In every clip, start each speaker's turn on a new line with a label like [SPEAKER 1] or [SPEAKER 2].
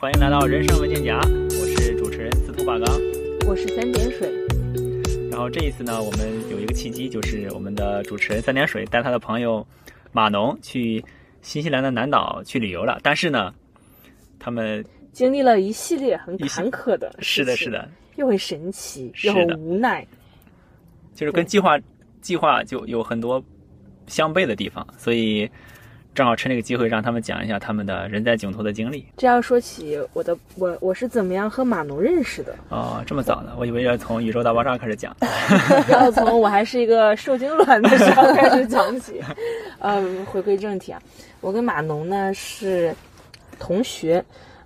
[SPEAKER 1] 欢迎来到人生文件夹，我是主持人司徒霸刚。
[SPEAKER 2] 我是三点水，
[SPEAKER 1] 然后这一次呢，我们有一个契机，就是我们的主持人三点水带他的朋友马农去新西兰的南岛去旅游了。但是呢，他们
[SPEAKER 2] 经历了一系列很
[SPEAKER 1] 一系
[SPEAKER 2] 坎坷的，
[SPEAKER 1] 是的，是，的，
[SPEAKER 2] 又很神奇，
[SPEAKER 1] 是
[SPEAKER 2] 又很
[SPEAKER 1] 的
[SPEAKER 2] 无奈，
[SPEAKER 1] 就是跟计划计划就有很多相悖的地方，所以正好趁这个机会让他们讲一下他们的人在囧途的经历。
[SPEAKER 2] 这要说起我的我我是怎么样和马农认识的？
[SPEAKER 1] 哦，这么早呢，我以为要从宇宙大爆炸开始讲。
[SPEAKER 2] 要从我还是一个受精卵的时候开始讲起。嗯，回归正题啊，我跟马农呢是同学。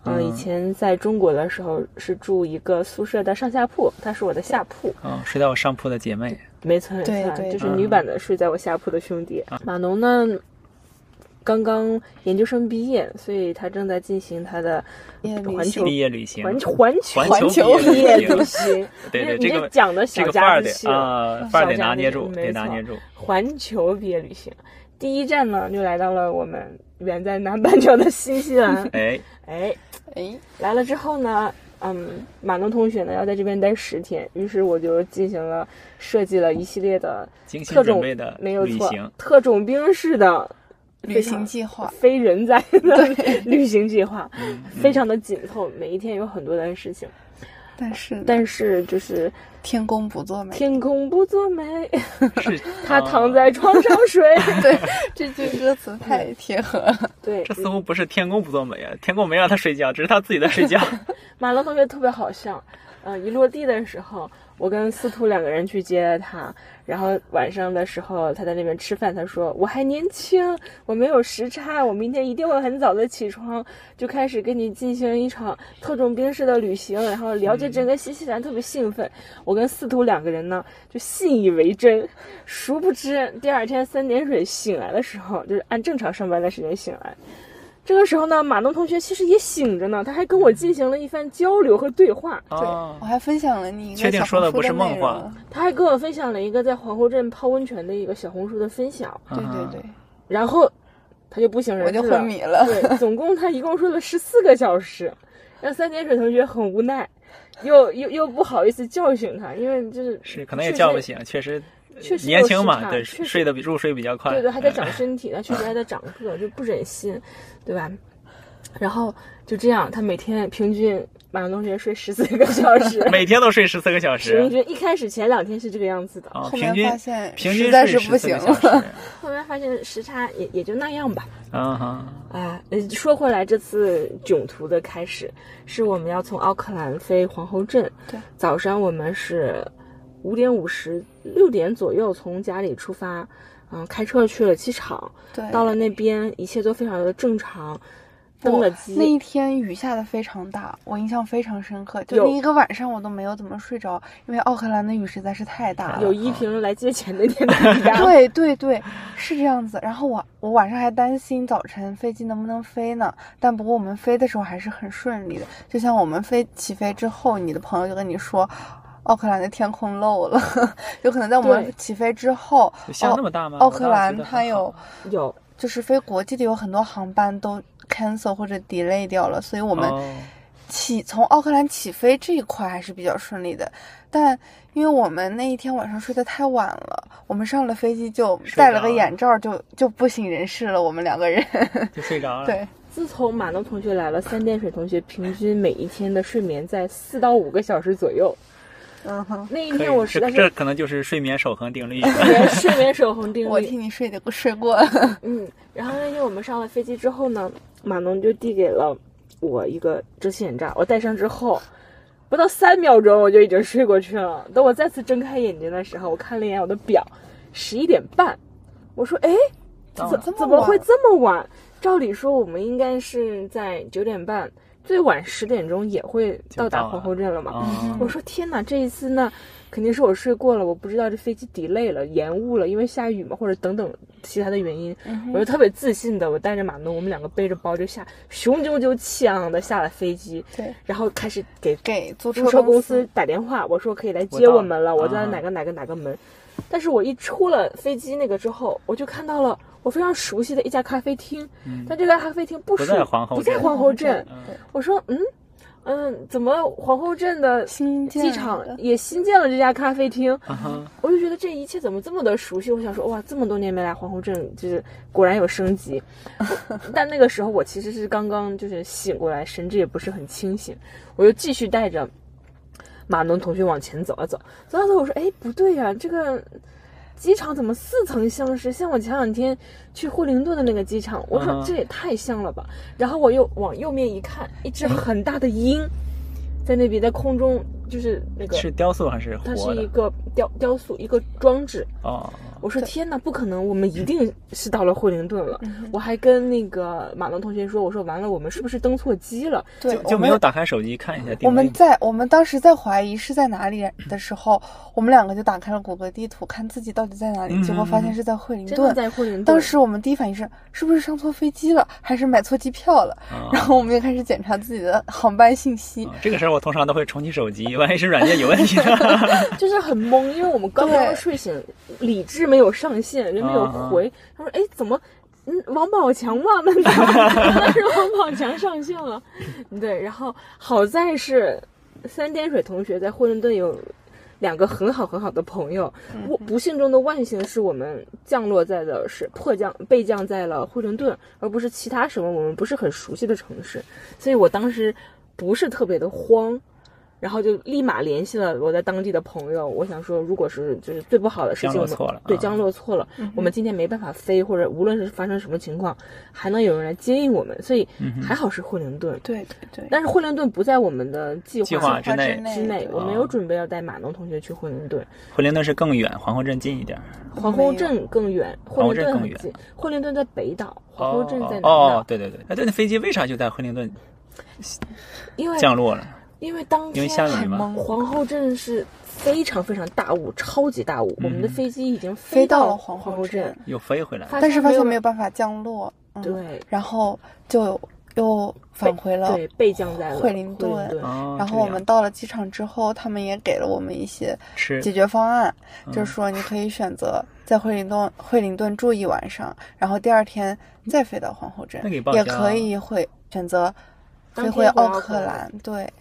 [SPEAKER 2] 嗯，
[SPEAKER 1] 嗯
[SPEAKER 2] 以前在中国的时候是住一个宿舍的上下铺，她是我的下铺，
[SPEAKER 1] 哦，睡到我上铺的姐妹，
[SPEAKER 2] 没错，没
[SPEAKER 3] 对
[SPEAKER 2] 错，
[SPEAKER 3] 对
[SPEAKER 2] 就是
[SPEAKER 1] 嗯
[SPEAKER 2] 女版的睡在我下铺的兄弟。马农呢，刚刚研究生毕业，所以他正在进行他的
[SPEAKER 3] 毕业旅行
[SPEAKER 2] 环球
[SPEAKER 1] 毕业旅行，
[SPEAKER 2] 环环球
[SPEAKER 1] 环
[SPEAKER 3] 球
[SPEAKER 2] 毕
[SPEAKER 1] 毕
[SPEAKER 2] 业
[SPEAKER 1] 业
[SPEAKER 2] 旅
[SPEAKER 1] 旅行。
[SPEAKER 2] 行。
[SPEAKER 1] 对对，
[SPEAKER 2] 你
[SPEAKER 1] 这
[SPEAKER 2] 这
[SPEAKER 1] 个
[SPEAKER 2] 讲的
[SPEAKER 1] 这
[SPEAKER 2] 小
[SPEAKER 1] 个范
[SPEAKER 2] 家
[SPEAKER 1] 儿
[SPEAKER 2] 子
[SPEAKER 1] 得
[SPEAKER 2] 气了。
[SPEAKER 1] 啊，范儿得
[SPEAKER 2] 小家
[SPEAKER 1] 拿
[SPEAKER 2] 子
[SPEAKER 1] 捏
[SPEAKER 2] 气
[SPEAKER 1] 住，
[SPEAKER 2] 没
[SPEAKER 1] 得拿
[SPEAKER 2] 错
[SPEAKER 1] 捏住。。
[SPEAKER 2] 环球毕业旅行，第一站呢，就来到了我们远在南半球的新西兰
[SPEAKER 1] 哎，
[SPEAKER 2] 哎，
[SPEAKER 3] 哎，
[SPEAKER 2] 来了之后呢，嗯，马农同学呢要在这边待十天，于是我就进行了设计了一系列的
[SPEAKER 1] 精心
[SPEAKER 2] 特
[SPEAKER 1] 准
[SPEAKER 2] 种
[SPEAKER 1] 备的
[SPEAKER 2] 没有
[SPEAKER 1] 旅
[SPEAKER 2] 错
[SPEAKER 1] 行，，
[SPEAKER 2] 特种兵式的
[SPEAKER 3] 旅 行计划，
[SPEAKER 2] 非人在的 旅行计划，
[SPEAKER 1] 嗯
[SPEAKER 2] 非常的紧凑，每一天有很多的事情。
[SPEAKER 3] 但是
[SPEAKER 2] 但是就是
[SPEAKER 3] 天公不作美，
[SPEAKER 2] 天空不作美，
[SPEAKER 1] 是
[SPEAKER 2] 他
[SPEAKER 1] 啊
[SPEAKER 2] 躺在床上 睡。
[SPEAKER 3] 对，这句歌词太贴合了。
[SPEAKER 2] 对
[SPEAKER 1] 这，似乎不是天公不作美啊，天公没让他睡觉，只是他自己在睡觉。
[SPEAKER 2] 马龙同学特别好笑，嗯、一落地的时候，我跟司徒两个人去接他，然后晚上的时候他在那边吃饭，他说我还年轻，我没有时差，我明天一定会很早的起床，就开始跟你进行一场特种兵式的旅行，然后了解整个新西兰，特别兴奋。我跟司徒两个人呢就信以为真，殊不知第二天三点水醒来的时候，就是按正常上班的时间醒来。这个时候呢，马农同学其实也醒着呢，他还跟我进行了一番交流和 对话。
[SPEAKER 3] 对，
[SPEAKER 1] 哦
[SPEAKER 3] 我，还分享了你一个
[SPEAKER 1] 确定
[SPEAKER 3] 小
[SPEAKER 1] 说
[SPEAKER 3] 红
[SPEAKER 1] 的
[SPEAKER 3] 书
[SPEAKER 1] 不是梦
[SPEAKER 3] 内
[SPEAKER 1] 话
[SPEAKER 3] 容
[SPEAKER 2] 他还跟我分享了一个在皇后镇泡温泉的一个小红书的分享，
[SPEAKER 3] 对对
[SPEAKER 1] 嗯，
[SPEAKER 3] 对，
[SPEAKER 2] 然后他就不省人
[SPEAKER 3] 我
[SPEAKER 2] 事
[SPEAKER 3] 就
[SPEAKER 2] 了，
[SPEAKER 3] 昏迷了。
[SPEAKER 2] 对，总共他一共说了十四个小时，让三点水同学很无奈，又又又不好意思教训他，因为就是
[SPEAKER 1] 是可能也
[SPEAKER 2] 确实
[SPEAKER 1] 叫不醒，确实
[SPEAKER 2] 确实
[SPEAKER 1] 年
[SPEAKER 2] 有
[SPEAKER 1] 轻
[SPEAKER 2] 时
[SPEAKER 1] 嘛，
[SPEAKER 2] 差
[SPEAKER 1] 对，
[SPEAKER 2] 确实
[SPEAKER 1] 睡得比入睡比较快。
[SPEAKER 2] 对对，还在
[SPEAKER 1] 嗯，
[SPEAKER 2] 长身体，他确实还在长个，就不忍心，对吧？然后就这样，他每天平均马龙同学睡十四个小时
[SPEAKER 1] 每天都睡十四个小时
[SPEAKER 2] 平，均一开始前两天是这个样子的，
[SPEAKER 1] 啊，
[SPEAKER 3] 后
[SPEAKER 1] 平
[SPEAKER 3] 面
[SPEAKER 1] 均
[SPEAKER 3] 发现
[SPEAKER 1] 平
[SPEAKER 3] 实
[SPEAKER 1] 均
[SPEAKER 3] 在
[SPEAKER 1] 睡
[SPEAKER 3] 是不
[SPEAKER 1] 14个
[SPEAKER 3] 行
[SPEAKER 1] 小 时。
[SPEAKER 2] 后面发现时差也也就那样吧。
[SPEAKER 1] 啊哈，
[SPEAKER 2] 啊，呃说回来，这次囧途的开始是我们要从奥克兰飞皇后镇。
[SPEAKER 3] 对，
[SPEAKER 2] 早上我们是五点五十六点左右从家里出发，嗯，开车去了机场，
[SPEAKER 3] 对，
[SPEAKER 2] 到了那边一切都非常的正常，登了机。
[SPEAKER 3] 那一天雨下的非常大，我印象非常深刻。就
[SPEAKER 2] 有
[SPEAKER 3] 那一个晚上，我都没有怎么睡着，因为奥克兰的雨实在是太大了。
[SPEAKER 2] 有依萍来借钱那天的抵达，
[SPEAKER 3] 对对对，是这样子。然后我我晚上还担心早晨飞机能不能飞呢，但不过我们飞的时候还是很顺利的。就像我们飞起飞之后，你的朋友就跟你说，奥克兰的天空漏了， 有可能在我们
[SPEAKER 2] 对
[SPEAKER 3] 起飞之后，
[SPEAKER 1] 有下
[SPEAKER 2] 哦
[SPEAKER 1] 那么大吗？
[SPEAKER 3] 奥
[SPEAKER 1] 我
[SPEAKER 3] 克
[SPEAKER 1] 倒是
[SPEAKER 3] 兰
[SPEAKER 1] 觉得
[SPEAKER 3] 它
[SPEAKER 1] 很好
[SPEAKER 3] 有
[SPEAKER 2] 有
[SPEAKER 3] 就是飞国际的有很多航班都 cancel 或者 delay 掉了，所以我们
[SPEAKER 1] 哦
[SPEAKER 3] 起从奥克兰起飞这一块还是比较顺利的，但因为我们那一天晚上睡得太晚了，我们上了飞机就
[SPEAKER 1] 睡
[SPEAKER 3] 戴了个
[SPEAKER 1] 着了嗯
[SPEAKER 3] 眼罩就就不省人事了，我们两个人。
[SPEAKER 1] 就睡着了。
[SPEAKER 3] 对，
[SPEAKER 2] 自从马龙同学来了，三点水同学平均每一天的睡眠在四到五个小时左右。
[SPEAKER 3] 嗯哼，
[SPEAKER 2] 那一
[SPEAKER 1] 可以，
[SPEAKER 2] 天我实
[SPEAKER 1] 这
[SPEAKER 2] 在
[SPEAKER 1] 这
[SPEAKER 2] 是
[SPEAKER 1] 可能就是睡眠守恒定 律。
[SPEAKER 2] 连睡眠守恒定律，
[SPEAKER 3] 我替你睡得睡过了。
[SPEAKER 2] 嗯，然后那天我们上了飞机之后呢，马农就递给了我一个折气眼罩，我戴上之后，不到三秒钟我就已经睡过去了。等我再次睁开眼睛的时候，我看了一眼我的表，十一点半，我说，哎，
[SPEAKER 1] 当
[SPEAKER 2] 怎
[SPEAKER 1] 晚
[SPEAKER 3] 这么
[SPEAKER 2] 怎么会
[SPEAKER 3] 晚
[SPEAKER 2] 这么晚？照理说我们应该是在九点半，最晚十点钟也会到达
[SPEAKER 1] 到了
[SPEAKER 2] 皇后镇了嘛。
[SPEAKER 1] 啊
[SPEAKER 2] 我说天哪，这一次呢，肯定是我睡过了，我不知道这飞机 delay 了，延误了，因为下雨嘛，或者等等其他的原因。
[SPEAKER 3] 嗯
[SPEAKER 2] 我就特别自信的，我带着马农，我们两个背着包就下，雄赳赳气昂昂的下了飞机，
[SPEAKER 3] 对，
[SPEAKER 2] 然后开始给
[SPEAKER 3] 给租
[SPEAKER 2] 租
[SPEAKER 3] 车
[SPEAKER 2] 车公司打电话，我说可以来
[SPEAKER 1] 我
[SPEAKER 2] 接
[SPEAKER 1] 到
[SPEAKER 2] 我
[SPEAKER 1] 了
[SPEAKER 2] 们了，我在
[SPEAKER 1] 啊
[SPEAKER 2] 哪个哪个哪个门。但是我一出了飞机那个之后，我就看到了我非常熟悉的一家咖啡厅，
[SPEAKER 1] 嗯
[SPEAKER 2] 但这家咖啡厅不
[SPEAKER 1] 不
[SPEAKER 2] 属
[SPEAKER 1] 在皇后
[SPEAKER 2] 不在
[SPEAKER 1] 镇
[SPEAKER 2] 皇后镇。
[SPEAKER 1] 嗯
[SPEAKER 3] 对
[SPEAKER 2] 我说，嗯嗯，怎么皇后镇的
[SPEAKER 3] 新建
[SPEAKER 2] 机场
[SPEAKER 3] 的
[SPEAKER 2] 也新建了这家咖啡厅？
[SPEAKER 1] 啊哈，
[SPEAKER 2] 我就觉得这一切怎么这么的熟悉？我想说，哇，这么多年没来皇后镇，就是果然有升级。我 但那个时候我其实是刚刚就是醒过来，神志也不是很清醒，我就继续带着马农同学往前走啊走，走啊走，我说，哎，不对呀、这个。机场怎么似曾相识？像我前两天去惠灵顿的那个机场，我
[SPEAKER 1] 嗯
[SPEAKER 2] 说
[SPEAKER 1] 哼
[SPEAKER 2] 这也太像了吧。然后我又往右面一看，一只很大的鹰在那边在空中，就是那个
[SPEAKER 1] 是雕塑还是
[SPEAKER 2] 它
[SPEAKER 1] 活
[SPEAKER 2] 是一
[SPEAKER 1] 的？
[SPEAKER 2] 个雕雕塑，一个装置。
[SPEAKER 1] 哦，
[SPEAKER 2] 我说
[SPEAKER 3] 对
[SPEAKER 2] 天哪，不可能，我们一定是到了惠灵顿了。我还跟那个马龙同学说，我说完了，我们是不是登错机了？
[SPEAKER 3] 对，
[SPEAKER 1] 就
[SPEAKER 3] 我
[SPEAKER 1] 没
[SPEAKER 3] 们
[SPEAKER 1] 有打开手机看一下定
[SPEAKER 3] 我
[SPEAKER 1] 位。
[SPEAKER 3] 们在我们当时在怀疑是在哪里的时候，我们两个就打开了谷歌地图，看自己到底在哪里，
[SPEAKER 1] 嗯
[SPEAKER 3] 结果发现是在惠灵
[SPEAKER 2] 真的
[SPEAKER 3] 顿。
[SPEAKER 2] 在惠灵顿？
[SPEAKER 3] 当时我们第一反应是，是不是上错飞机了，还是买错机票了？
[SPEAKER 1] 啊
[SPEAKER 3] 然后我们就开始检查自己的航班信息
[SPEAKER 1] 啊。这个事儿我通常都会重启手机，万一是软件有问题。
[SPEAKER 2] 就是很懵，因为我们刚刚
[SPEAKER 3] 对
[SPEAKER 2] 睡醒，理智没有上线，人没有
[SPEAKER 1] 啊啊
[SPEAKER 2] 回。他说：“哎，怎么？”嗯，王宝强忘了， 但是王宝强上线了。对，然后好在是三点水同学在惠灵顿有两个很好很好的朋友。
[SPEAKER 1] 嗯
[SPEAKER 2] 不不幸中的万幸是我们降落在的是迫降被降在了惠灵顿，而不是其他什么我们不是很熟悉的城市，所以我当时不是特别的慌。然后就立马联系了我在当地的朋友，我想说，如果是就是最不好的事情，
[SPEAKER 1] 降落
[SPEAKER 2] 我们
[SPEAKER 1] 错了
[SPEAKER 2] 对，
[SPEAKER 1] 啊
[SPEAKER 2] 降落错了，我们今天没办法飞，或者无论是发生什么情况，还能有人来接应我们，所以
[SPEAKER 1] 嗯
[SPEAKER 2] 还好是惠灵顿。
[SPEAKER 3] 对对对，
[SPEAKER 2] 但是惠灵顿不在我们的计
[SPEAKER 1] 计
[SPEAKER 2] 划
[SPEAKER 1] 划之
[SPEAKER 3] 之
[SPEAKER 1] 内，
[SPEAKER 3] 内
[SPEAKER 2] 之内，我没
[SPEAKER 1] 啊
[SPEAKER 2] 有准备要带马农同学去惠灵顿，
[SPEAKER 1] 惠灵顿是更远，皇后镇近一点儿。
[SPEAKER 2] 皇后镇更远，
[SPEAKER 1] 皇
[SPEAKER 2] 惠
[SPEAKER 1] 后
[SPEAKER 2] 灵
[SPEAKER 1] 镇
[SPEAKER 2] 顿
[SPEAKER 1] 更
[SPEAKER 2] 很
[SPEAKER 1] 远
[SPEAKER 2] 近，惠灵顿在北岛，皇后
[SPEAKER 1] 哦
[SPEAKER 2] 镇在南岛。
[SPEAKER 1] 哦，对对对，哎，对，那飞机为啥就在惠灵顿
[SPEAKER 2] 因为
[SPEAKER 1] 降落了？
[SPEAKER 2] 因为当
[SPEAKER 1] 因为
[SPEAKER 2] 天
[SPEAKER 1] 下雨
[SPEAKER 3] 很
[SPEAKER 1] 嘛。
[SPEAKER 3] 懵，
[SPEAKER 2] 皇后镇是非常非常大雾，超级大雾，我
[SPEAKER 1] 嗯
[SPEAKER 2] 们的飞机已经
[SPEAKER 3] 飞
[SPEAKER 2] 到
[SPEAKER 3] 到
[SPEAKER 2] 了
[SPEAKER 3] 了皇
[SPEAKER 2] 后
[SPEAKER 3] 后镇
[SPEAKER 2] 镇，
[SPEAKER 1] 又飞回来了。
[SPEAKER 2] 发
[SPEAKER 3] 但是发现没
[SPEAKER 2] 没
[SPEAKER 3] 有办法降落。嗯，
[SPEAKER 2] 对
[SPEAKER 3] 然后就又返回了
[SPEAKER 2] 对被降在了
[SPEAKER 3] 惠灵
[SPEAKER 2] 顿
[SPEAKER 3] 顿。
[SPEAKER 1] 哦，
[SPEAKER 3] 然后
[SPEAKER 1] 这
[SPEAKER 3] 我
[SPEAKER 1] 样
[SPEAKER 3] 们到了机场之后，他们也给了我们一些
[SPEAKER 1] 吃
[SPEAKER 3] 解决方案，
[SPEAKER 1] 嗯
[SPEAKER 3] 就是说你可以选择在惠灵顿惠灵顿住一晚上，然后第二天再飞到皇后镇
[SPEAKER 1] 那给报，
[SPEAKER 3] 也
[SPEAKER 1] 销
[SPEAKER 3] 可以会选择飞
[SPEAKER 2] 当
[SPEAKER 3] 回
[SPEAKER 2] 天回
[SPEAKER 3] 奥
[SPEAKER 2] 奥克
[SPEAKER 3] 克兰。对，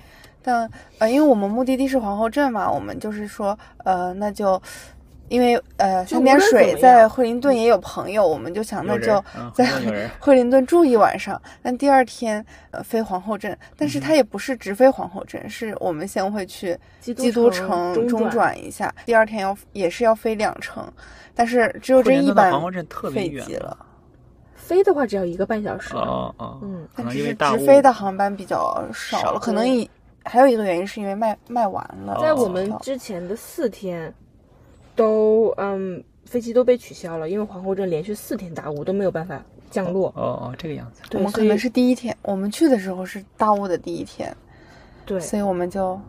[SPEAKER 3] 但呃，因为我们目的地是皇后镇嘛，我们就是说呃，那就。因为呃，
[SPEAKER 2] 就
[SPEAKER 3] 三点
[SPEAKER 2] 无论怎
[SPEAKER 3] 水
[SPEAKER 2] 么
[SPEAKER 3] 在
[SPEAKER 2] 样
[SPEAKER 3] 惠灵顿也有朋友，我们就想
[SPEAKER 1] 嗯
[SPEAKER 3] 那
[SPEAKER 1] 有人
[SPEAKER 3] 就
[SPEAKER 1] 嗯
[SPEAKER 3] 在
[SPEAKER 1] 惠灵顿有人
[SPEAKER 3] 惠灵顿住一晚上，但第二天呃飞皇后镇，但
[SPEAKER 1] 嗯
[SPEAKER 3] 是它也不是直飞皇后镇，是我们先会去
[SPEAKER 2] 基督
[SPEAKER 3] 基督
[SPEAKER 2] 城
[SPEAKER 3] 城
[SPEAKER 2] 中
[SPEAKER 3] 中
[SPEAKER 2] 转
[SPEAKER 3] 转一下，第二天要也是要飞两程，但是只有这
[SPEAKER 1] 惠灵
[SPEAKER 3] 一
[SPEAKER 1] 顿到
[SPEAKER 3] 班
[SPEAKER 1] 皇后镇特别
[SPEAKER 3] 飞
[SPEAKER 1] 远啊
[SPEAKER 3] 机了，
[SPEAKER 2] 飞的话只要一个半小时，
[SPEAKER 1] 哦哦，
[SPEAKER 2] 嗯，
[SPEAKER 1] 可
[SPEAKER 3] 但
[SPEAKER 1] 能
[SPEAKER 3] 是
[SPEAKER 1] 因为
[SPEAKER 3] 是
[SPEAKER 1] 大
[SPEAKER 3] 直
[SPEAKER 1] 雾
[SPEAKER 3] 飞的航班比较
[SPEAKER 1] 少
[SPEAKER 3] 少了，可能
[SPEAKER 2] 对
[SPEAKER 3] 以还有一个原因是因为卖卖完了，
[SPEAKER 2] 在
[SPEAKER 1] 哦
[SPEAKER 2] 我们之前的四天，都嗯飞机都被取消了，因为皇后镇连续四天大雾都没有办法降落
[SPEAKER 1] 哦。哦，这个样子。
[SPEAKER 3] 我
[SPEAKER 2] 对，
[SPEAKER 3] 们可
[SPEAKER 2] 所以
[SPEAKER 3] 能是第一天，我们去的时候是大雾的第一天，
[SPEAKER 2] 对
[SPEAKER 3] 所以我们就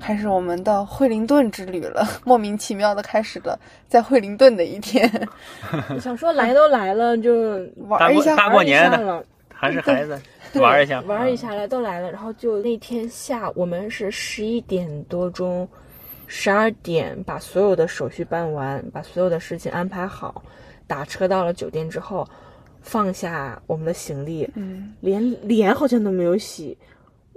[SPEAKER 3] 开始我们的惠灵顿之旅了， 莫名其妙的开始了在惠灵顿的一天
[SPEAKER 2] 想说来都来了就
[SPEAKER 1] 大
[SPEAKER 3] 玩一
[SPEAKER 1] 过
[SPEAKER 3] 下
[SPEAKER 1] 大
[SPEAKER 2] 玩
[SPEAKER 1] 过
[SPEAKER 2] 一
[SPEAKER 1] 年
[SPEAKER 2] 下
[SPEAKER 1] 的
[SPEAKER 2] 了，
[SPEAKER 1] 还是孩子玩一下，
[SPEAKER 2] 玩一
[SPEAKER 1] 嗯。
[SPEAKER 2] 下来都来了，然后就那天下我们是十一点多钟，十二点把所有的手续办完，把所有的事情安排好，打车到了酒店之后，放下我们的行李，
[SPEAKER 3] 嗯，
[SPEAKER 2] 连脸好像都没有洗。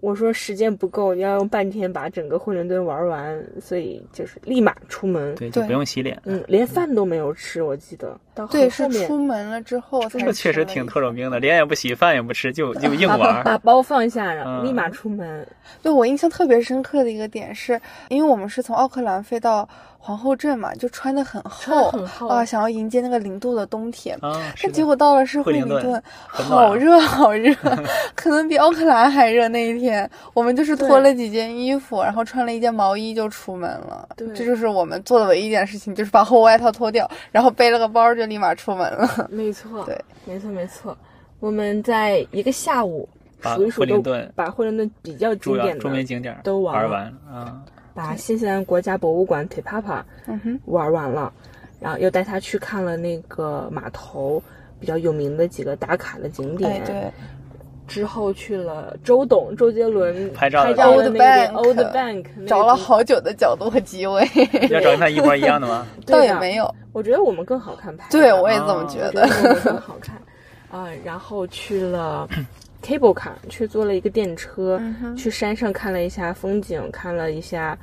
[SPEAKER 2] 我说时间不够，要用半天把整个惠灵顿玩完，所以就是立马出门。
[SPEAKER 1] 对，就
[SPEAKER 3] 对
[SPEAKER 1] 不用洗脸。
[SPEAKER 2] 嗯，连饭都没有吃，我记得到后
[SPEAKER 3] 对，
[SPEAKER 2] 后
[SPEAKER 3] 是
[SPEAKER 2] 面
[SPEAKER 3] 出门了之后才
[SPEAKER 1] 这个确
[SPEAKER 3] 吃
[SPEAKER 1] 实
[SPEAKER 3] 了
[SPEAKER 1] 挺
[SPEAKER 3] 一
[SPEAKER 1] 特种
[SPEAKER 3] 份
[SPEAKER 1] 兵的，脸也不洗，饭也不吃，就就硬
[SPEAKER 2] 把
[SPEAKER 1] 玩
[SPEAKER 2] 把
[SPEAKER 1] 儿。
[SPEAKER 2] 把包放下，然
[SPEAKER 1] 嗯
[SPEAKER 2] 后立马出门。
[SPEAKER 3] 对我印象特别深刻的一个点是，因为我们是从奥克兰飞到皇后镇嘛，就穿的很
[SPEAKER 2] 穿得
[SPEAKER 3] 厚
[SPEAKER 2] 很厚
[SPEAKER 3] 啊、想要迎接那个零度的冬天。
[SPEAKER 1] 啊，是
[SPEAKER 3] 但
[SPEAKER 1] 的
[SPEAKER 3] 结果到了是
[SPEAKER 1] 惠
[SPEAKER 3] 惠
[SPEAKER 1] 灵
[SPEAKER 3] 灵
[SPEAKER 1] 顿
[SPEAKER 3] 顿，
[SPEAKER 1] 很暖啊
[SPEAKER 3] 好热好热， 可能比奥克兰还热。那一天，我们就是脱了几件衣服，然后穿了一件毛衣就出门了。
[SPEAKER 2] 对
[SPEAKER 3] 这就是我们做的唯一一件事情，就是把厚外套脱掉，然后背了个包就立马出门了。
[SPEAKER 2] 没错，
[SPEAKER 3] 对，
[SPEAKER 2] 没错没错。我们在一个下午
[SPEAKER 1] 把
[SPEAKER 2] 数一数
[SPEAKER 1] 惠灵
[SPEAKER 2] 都
[SPEAKER 1] 顿
[SPEAKER 2] 把惠灵顿比较经
[SPEAKER 1] 著要
[SPEAKER 2] 典
[SPEAKER 1] 著名
[SPEAKER 2] 的，
[SPEAKER 1] 景点儿
[SPEAKER 2] 都玩
[SPEAKER 1] 玩
[SPEAKER 2] 了
[SPEAKER 1] 完了啊。
[SPEAKER 2] 把新西兰国家博物馆铁帕帕
[SPEAKER 3] 嗯哼，
[SPEAKER 2] 玩完了，然后又带他去看了那个码头比较有名的几个打卡的景
[SPEAKER 3] 哎
[SPEAKER 2] 点，
[SPEAKER 3] 对，
[SPEAKER 2] 之后去了周董周杰伦
[SPEAKER 1] 拍照的
[SPEAKER 2] 的那个
[SPEAKER 3] Old
[SPEAKER 2] Old
[SPEAKER 3] Bank
[SPEAKER 2] Bank，那个
[SPEAKER 3] 找了
[SPEAKER 2] 地
[SPEAKER 3] 好久的角度和机位，
[SPEAKER 1] 要找那一模一样的吗？
[SPEAKER 2] 对
[SPEAKER 3] 倒也
[SPEAKER 2] 的
[SPEAKER 3] 没有。
[SPEAKER 2] 我我觉得我们更好看拍的。
[SPEAKER 3] 对，我也这么觉
[SPEAKER 2] 觉得
[SPEAKER 3] 得。
[SPEAKER 2] 我们更好看。啊、然后去 了 cable car，去坐了一个电车，
[SPEAKER 3] 嗯哼
[SPEAKER 2] 去山上看了一下风景，看了一下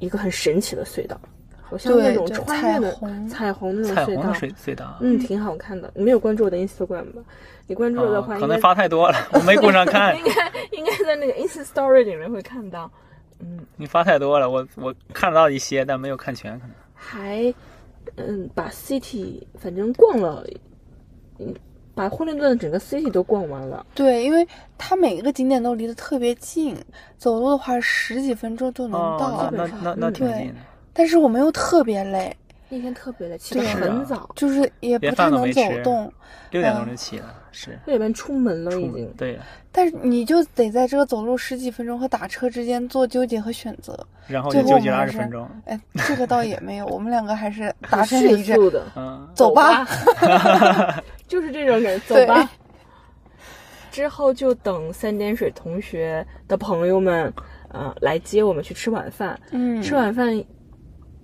[SPEAKER 2] 一个很神奇的隧道，好像
[SPEAKER 3] 对
[SPEAKER 2] 那种
[SPEAKER 3] 对
[SPEAKER 2] 穿越的
[SPEAKER 3] 彩虹
[SPEAKER 2] 彩虹那种
[SPEAKER 1] 彩
[SPEAKER 2] 隧
[SPEAKER 1] 虹
[SPEAKER 2] 道
[SPEAKER 1] 的。隧隧道。
[SPEAKER 2] 嗯，挺好看的。你没有关注我的 Instagram 吗？你关注的
[SPEAKER 1] 哦
[SPEAKER 2] 话，
[SPEAKER 1] 可
[SPEAKER 2] 应该、
[SPEAKER 1] 能发太多了， 我没顾上看。
[SPEAKER 2] 应该应该在那个 Insta Story 里面会看到。嗯，
[SPEAKER 1] 你发太多了，我我看到一些，但没有看全，可能。
[SPEAKER 2] 还嗯把 City 反正逛了，嗯，把惠灵顿整个 City 都逛完了。
[SPEAKER 3] 对，因为它每一个景点都离得特别近，走路的话十几分钟就能
[SPEAKER 1] 哦，
[SPEAKER 3] 嗯到。
[SPEAKER 1] 那那那那
[SPEAKER 2] 嗯
[SPEAKER 1] 挺
[SPEAKER 3] 对
[SPEAKER 1] 近的。
[SPEAKER 3] 但是我们又特别累，
[SPEAKER 2] 那天特别的起得
[SPEAKER 3] 对
[SPEAKER 2] 很早，
[SPEAKER 3] 就是也不
[SPEAKER 1] 连
[SPEAKER 3] 太
[SPEAKER 1] 饭都
[SPEAKER 3] 能
[SPEAKER 1] 没
[SPEAKER 3] 走
[SPEAKER 1] 吃
[SPEAKER 3] 动。
[SPEAKER 1] 六点钟就起了，是
[SPEAKER 2] 六点半啊出门了
[SPEAKER 1] 出
[SPEAKER 2] 嗯已
[SPEAKER 1] 门
[SPEAKER 2] 经。
[SPEAKER 1] 对，
[SPEAKER 3] 但是你就得在这个走路十几分钟和打车之间做纠结和选择。
[SPEAKER 1] 然后
[SPEAKER 3] 最
[SPEAKER 1] 就
[SPEAKER 3] 后
[SPEAKER 1] 纠
[SPEAKER 3] 我
[SPEAKER 1] 结了
[SPEAKER 3] 们还
[SPEAKER 1] 二十
[SPEAKER 3] 是
[SPEAKER 1] 分钟。
[SPEAKER 3] 哎，这个倒也没有，我们两个还 是达成了
[SPEAKER 2] 迅
[SPEAKER 3] 一致，
[SPEAKER 2] 速的，
[SPEAKER 1] 嗯，
[SPEAKER 3] 走吧。
[SPEAKER 2] 就是这种感觉，走
[SPEAKER 3] 对
[SPEAKER 2] 吧。之后就等三点水同学的朋友们，呃，来接我们去吃晚饭。
[SPEAKER 3] 嗯，
[SPEAKER 2] 吃晚饭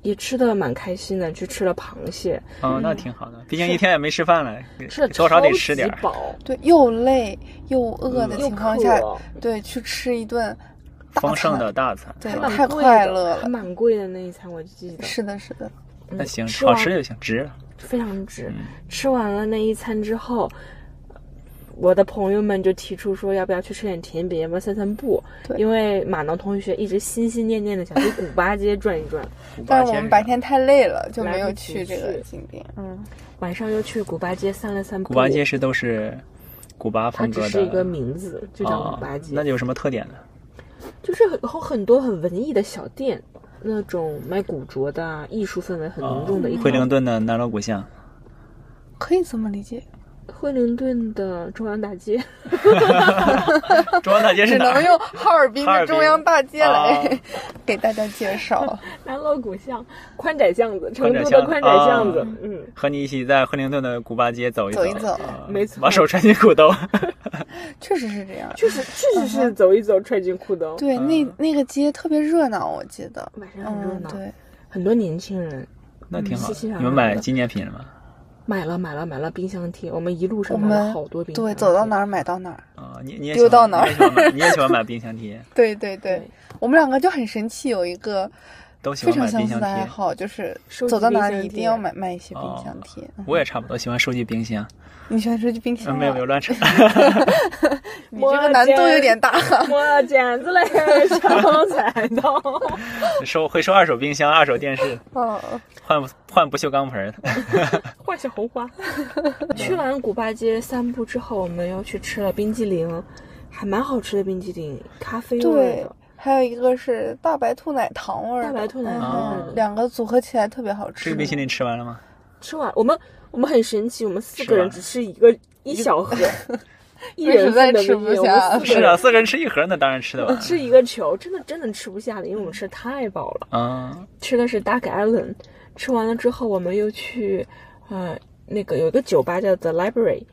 [SPEAKER 2] 也吃的蛮开心的，去吃了螃蟹，
[SPEAKER 1] 哦，那挺好的，毕竟一天也没吃饭了，给
[SPEAKER 2] 吃的
[SPEAKER 1] 多少得吃点儿。
[SPEAKER 2] 饱，
[SPEAKER 3] 对，又累又饿的
[SPEAKER 1] 嗯
[SPEAKER 2] 又
[SPEAKER 3] 情况下，
[SPEAKER 2] 渴
[SPEAKER 3] 对，去吃一顿大
[SPEAKER 1] 丰盛
[SPEAKER 3] 餐
[SPEAKER 1] 的大餐，
[SPEAKER 3] 对
[SPEAKER 1] 是
[SPEAKER 2] 还
[SPEAKER 1] 吧
[SPEAKER 2] 蛮
[SPEAKER 3] 太
[SPEAKER 2] 贵
[SPEAKER 3] 快
[SPEAKER 2] 的
[SPEAKER 3] 乐了
[SPEAKER 2] 还蛮贵的那一餐，我记得
[SPEAKER 3] 是的，是的，
[SPEAKER 1] 那行，
[SPEAKER 2] 嗯吃
[SPEAKER 1] 好
[SPEAKER 2] 完
[SPEAKER 1] 吃就行，值了。
[SPEAKER 2] 非常值。
[SPEAKER 1] 嗯
[SPEAKER 2] 吃完了那一餐之后，我的朋友们就提出说，要不要去吃点甜品，要不要散散步？
[SPEAKER 3] 对
[SPEAKER 2] 因为马农同学一直心心念念的想去古巴街转一转，
[SPEAKER 1] 古巴
[SPEAKER 3] 但是我
[SPEAKER 1] 先
[SPEAKER 3] 们
[SPEAKER 1] 生
[SPEAKER 3] 白天太累了，就
[SPEAKER 2] 来
[SPEAKER 3] 没
[SPEAKER 2] 不
[SPEAKER 3] 有
[SPEAKER 2] 及
[SPEAKER 3] 去这个
[SPEAKER 2] 去
[SPEAKER 3] 景点。嗯，
[SPEAKER 2] 晚上又去古巴街散了散步。
[SPEAKER 1] 古巴街是都是古巴
[SPEAKER 2] 它
[SPEAKER 1] 风格
[SPEAKER 2] 只
[SPEAKER 1] 的，
[SPEAKER 2] 是一个名字，就叫
[SPEAKER 1] 哦
[SPEAKER 2] 古巴，街。
[SPEAKER 1] 那有什么特点呢？
[SPEAKER 2] 就是很有很多很文艺的小店，那种卖古着的啊，艺术氛围很浓重的一
[SPEAKER 1] 哦惠
[SPEAKER 2] 条
[SPEAKER 1] 灵。顿的南锣鼓 巷，
[SPEAKER 3] 可以这么 理解，
[SPEAKER 2] 惠灵顿的中央大街，
[SPEAKER 1] 中央大街是
[SPEAKER 3] 只
[SPEAKER 1] 哪
[SPEAKER 3] 能
[SPEAKER 1] 儿？
[SPEAKER 3] 用哈尔滨
[SPEAKER 1] 哈
[SPEAKER 3] 的
[SPEAKER 1] 尔
[SPEAKER 3] 中
[SPEAKER 1] 滨
[SPEAKER 3] 央大街来、
[SPEAKER 1] 哦
[SPEAKER 3] 给大家介 绍。
[SPEAKER 2] 南锣鼓巷、宽窄巷子，成
[SPEAKER 1] 宽窄
[SPEAKER 2] 都的
[SPEAKER 1] 巷子
[SPEAKER 2] 宽窄
[SPEAKER 1] 啊
[SPEAKER 2] 巷子，嗯，
[SPEAKER 1] 和你一起在惠灵顿的古巴街走一
[SPEAKER 3] 走一走
[SPEAKER 1] 啊
[SPEAKER 2] 没错嗯
[SPEAKER 1] 把手揣进裤兜。
[SPEAKER 3] 确实是这样。
[SPEAKER 2] 确实确实是走一走踹进裤兜，
[SPEAKER 3] 嗯对，那那个街特别热闹，我记得。
[SPEAKER 2] 晚上很嗯热
[SPEAKER 3] 嗯，
[SPEAKER 2] 闹，
[SPEAKER 3] 对，
[SPEAKER 2] 很多年轻人
[SPEAKER 1] 那挺好
[SPEAKER 2] 稀稀
[SPEAKER 1] 的。
[SPEAKER 2] 拉拉
[SPEAKER 1] 你们买纪念品了吗？
[SPEAKER 2] 买了买了买了冰箱贴，我们一路
[SPEAKER 3] 我
[SPEAKER 2] 上买了
[SPEAKER 3] 们
[SPEAKER 2] 好多冰箱贴，
[SPEAKER 3] 对走到哪儿买到哪儿。
[SPEAKER 1] 啊，你你也
[SPEAKER 3] 丢
[SPEAKER 1] 喜欢
[SPEAKER 3] 到哪儿
[SPEAKER 1] 你也喜欢买，你也喜欢买冰箱 贴，
[SPEAKER 3] 对对对，
[SPEAKER 2] 对
[SPEAKER 3] 我们两个就很神奇，有一个
[SPEAKER 1] 都喜
[SPEAKER 3] 非
[SPEAKER 1] 欢
[SPEAKER 3] 常
[SPEAKER 1] 买
[SPEAKER 3] 相
[SPEAKER 1] 冰
[SPEAKER 3] 似
[SPEAKER 1] 箱
[SPEAKER 3] 的爱
[SPEAKER 1] 贴。
[SPEAKER 3] 好，就是
[SPEAKER 2] 收集
[SPEAKER 3] 走到哪
[SPEAKER 2] 冰
[SPEAKER 3] 里
[SPEAKER 2] 箱
[SPEAKER 3] 一定
[SPEAKER 2] 贴
[SPEAKER 3] 要买买一些冰
[SPEAKER 1] 哦
[SPEAKER 3] 箱贴。嗯
[SPEAKER 1] 我也差不多喜欢收集冰箱，
[SPEAKER 3] 你喜欢收集冰
[SPEAKER 1] 嗯
[SPEAKER 3] 箱？啊
[SPEAKER 1] 没有没有，乱扯。
[SPEAKER 3] 你这个难度有点大。嗯
[SPEAKER 2] 我简直嘞，上菜刀，
[SPEAKER 1] 收会收二手冰箱、二手电视，
[SPEAKER 3] 嗯，嗯
[SPEAKER 1] 换换不锈钢盆儿的。
[SPEAKER 2] 画小红 花。去完古巴街散步之后，我们又去吃了冰激凌，还蛮好吃的冰激凌，咖啡味
[SPEAKER 3] 对
[SPEAKER 2] 的。。
[SPEAKER 3] 还有一个是大白兔奶糖味儿的，
[SPEAKER 2] 大白兔奶
[SPEAKER 3] 嗯
[SPEAKER 2] 糖
[SPEAKER 1] 味儿的
[SPEAKER 3] 两个组合起来特别好
[SPEAKER 1] 这
[SPEAKER 3] 吃。
[SPEAKER 1] 个冰淇淋吃完了吗？
[SPEAKER 2] 吃完我们我们很神奇，我们四
[SPEAKER 1] 吃
[SPEAKER 2] 个人
[SPEAKER 1] 完
[SPEAKER 2] 只吃一个一小盒， 一人
[SPEAKER 3] 实在
[SPEAKER 2] 份的
[SPEAKER 3] 吃
[SPEAKER 2] 冰
[SPEAKER 3] 不
[SPEAKER 2] 激凌
[SPEAKER 3] 下
[SPEAKER 2] 我们四
[SPEAKER 1] 是
[SPEAKER 2] 个 人
[SPEAKER 1] 啊，四个人吃一盒，那当然吃得完。
[SPEAKER 2] 吃一个球，真的真的吃不下了，因为我们吃太饱了。
[SPEAKER 1] 啊，
[SPEAKER 2] 吃的是 Duck Island，吃完了之后，我们又去呃那个有一个酒吧叫 The Library，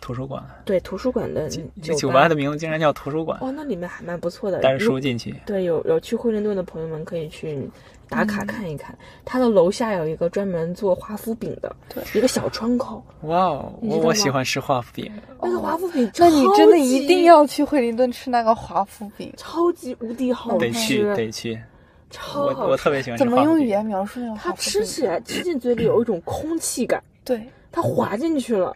[SPEAKER 1] 图书馆，
[SPEAKER 2] 对图书馆的
[SPEAKER 1] 这
[SPEAKER 2] 酒
[SPEAKER 1] 酒吧的名字竟然叫图书馆，
[SPEAKER 2] 哦，那里面还蛮不错的。
[SPEAKER 1] 带着
[SPEAKER 2] 如
[SPEAKER 1] 书进去。
[SPEAKER 2] 对，有有去惠灵顿的朋友们可以去打卡看一看，它的楼下有一个专门做华夫饼的，
[SPEAKER 3] 对
[SPEAKER 2] 一个小窗口，
[SPEAKER 1] 哇哦，
[SPEAKER 2] 你知
[SPEAKER 1] 我
[SPEAKER 2] 道吗
[SPEAKER 1] 我喜欢吃华夫饼，
[SPEAKER 2] 那个华夫饼超
[SPEAKER 3] 哦那
[SPEAKER 2] 级，
[SPEAKER 3] 你真的一定要去惠灵顿吃那个华夫饼。
[SPEAKER 2] 超级无敌好
[SPEAKER 1] 得去
[SPEAKER 2] 嗯吃，
[SPEAKER 1] 得去。
[SPEAKER 2] 超
[SPEAKER 1] 我
[SPEAKER 2] 好
[SPEAKER 1] 我
[SPEAKER 2] 吃
[SPEAKER 1] 特别喜欢吃
[SPEAKER 3] 怎
[SPEAKER 1] 华夫
[SPEAKER 3] 么
[SPEAKER 1] 饼。
[SPEAKER 3] 用语
[SPEAKER 2] 啊
[SPEAKER 3] 言描述那个华夫
[SPEAKER 2] 它
[SPEAKER 3] 饼？
[SPEAKER 2] 吃起来吃进嘴里有一种空气感，
[SPEAKER 3] 对，
[SPEAKER 2] 它滑进去了，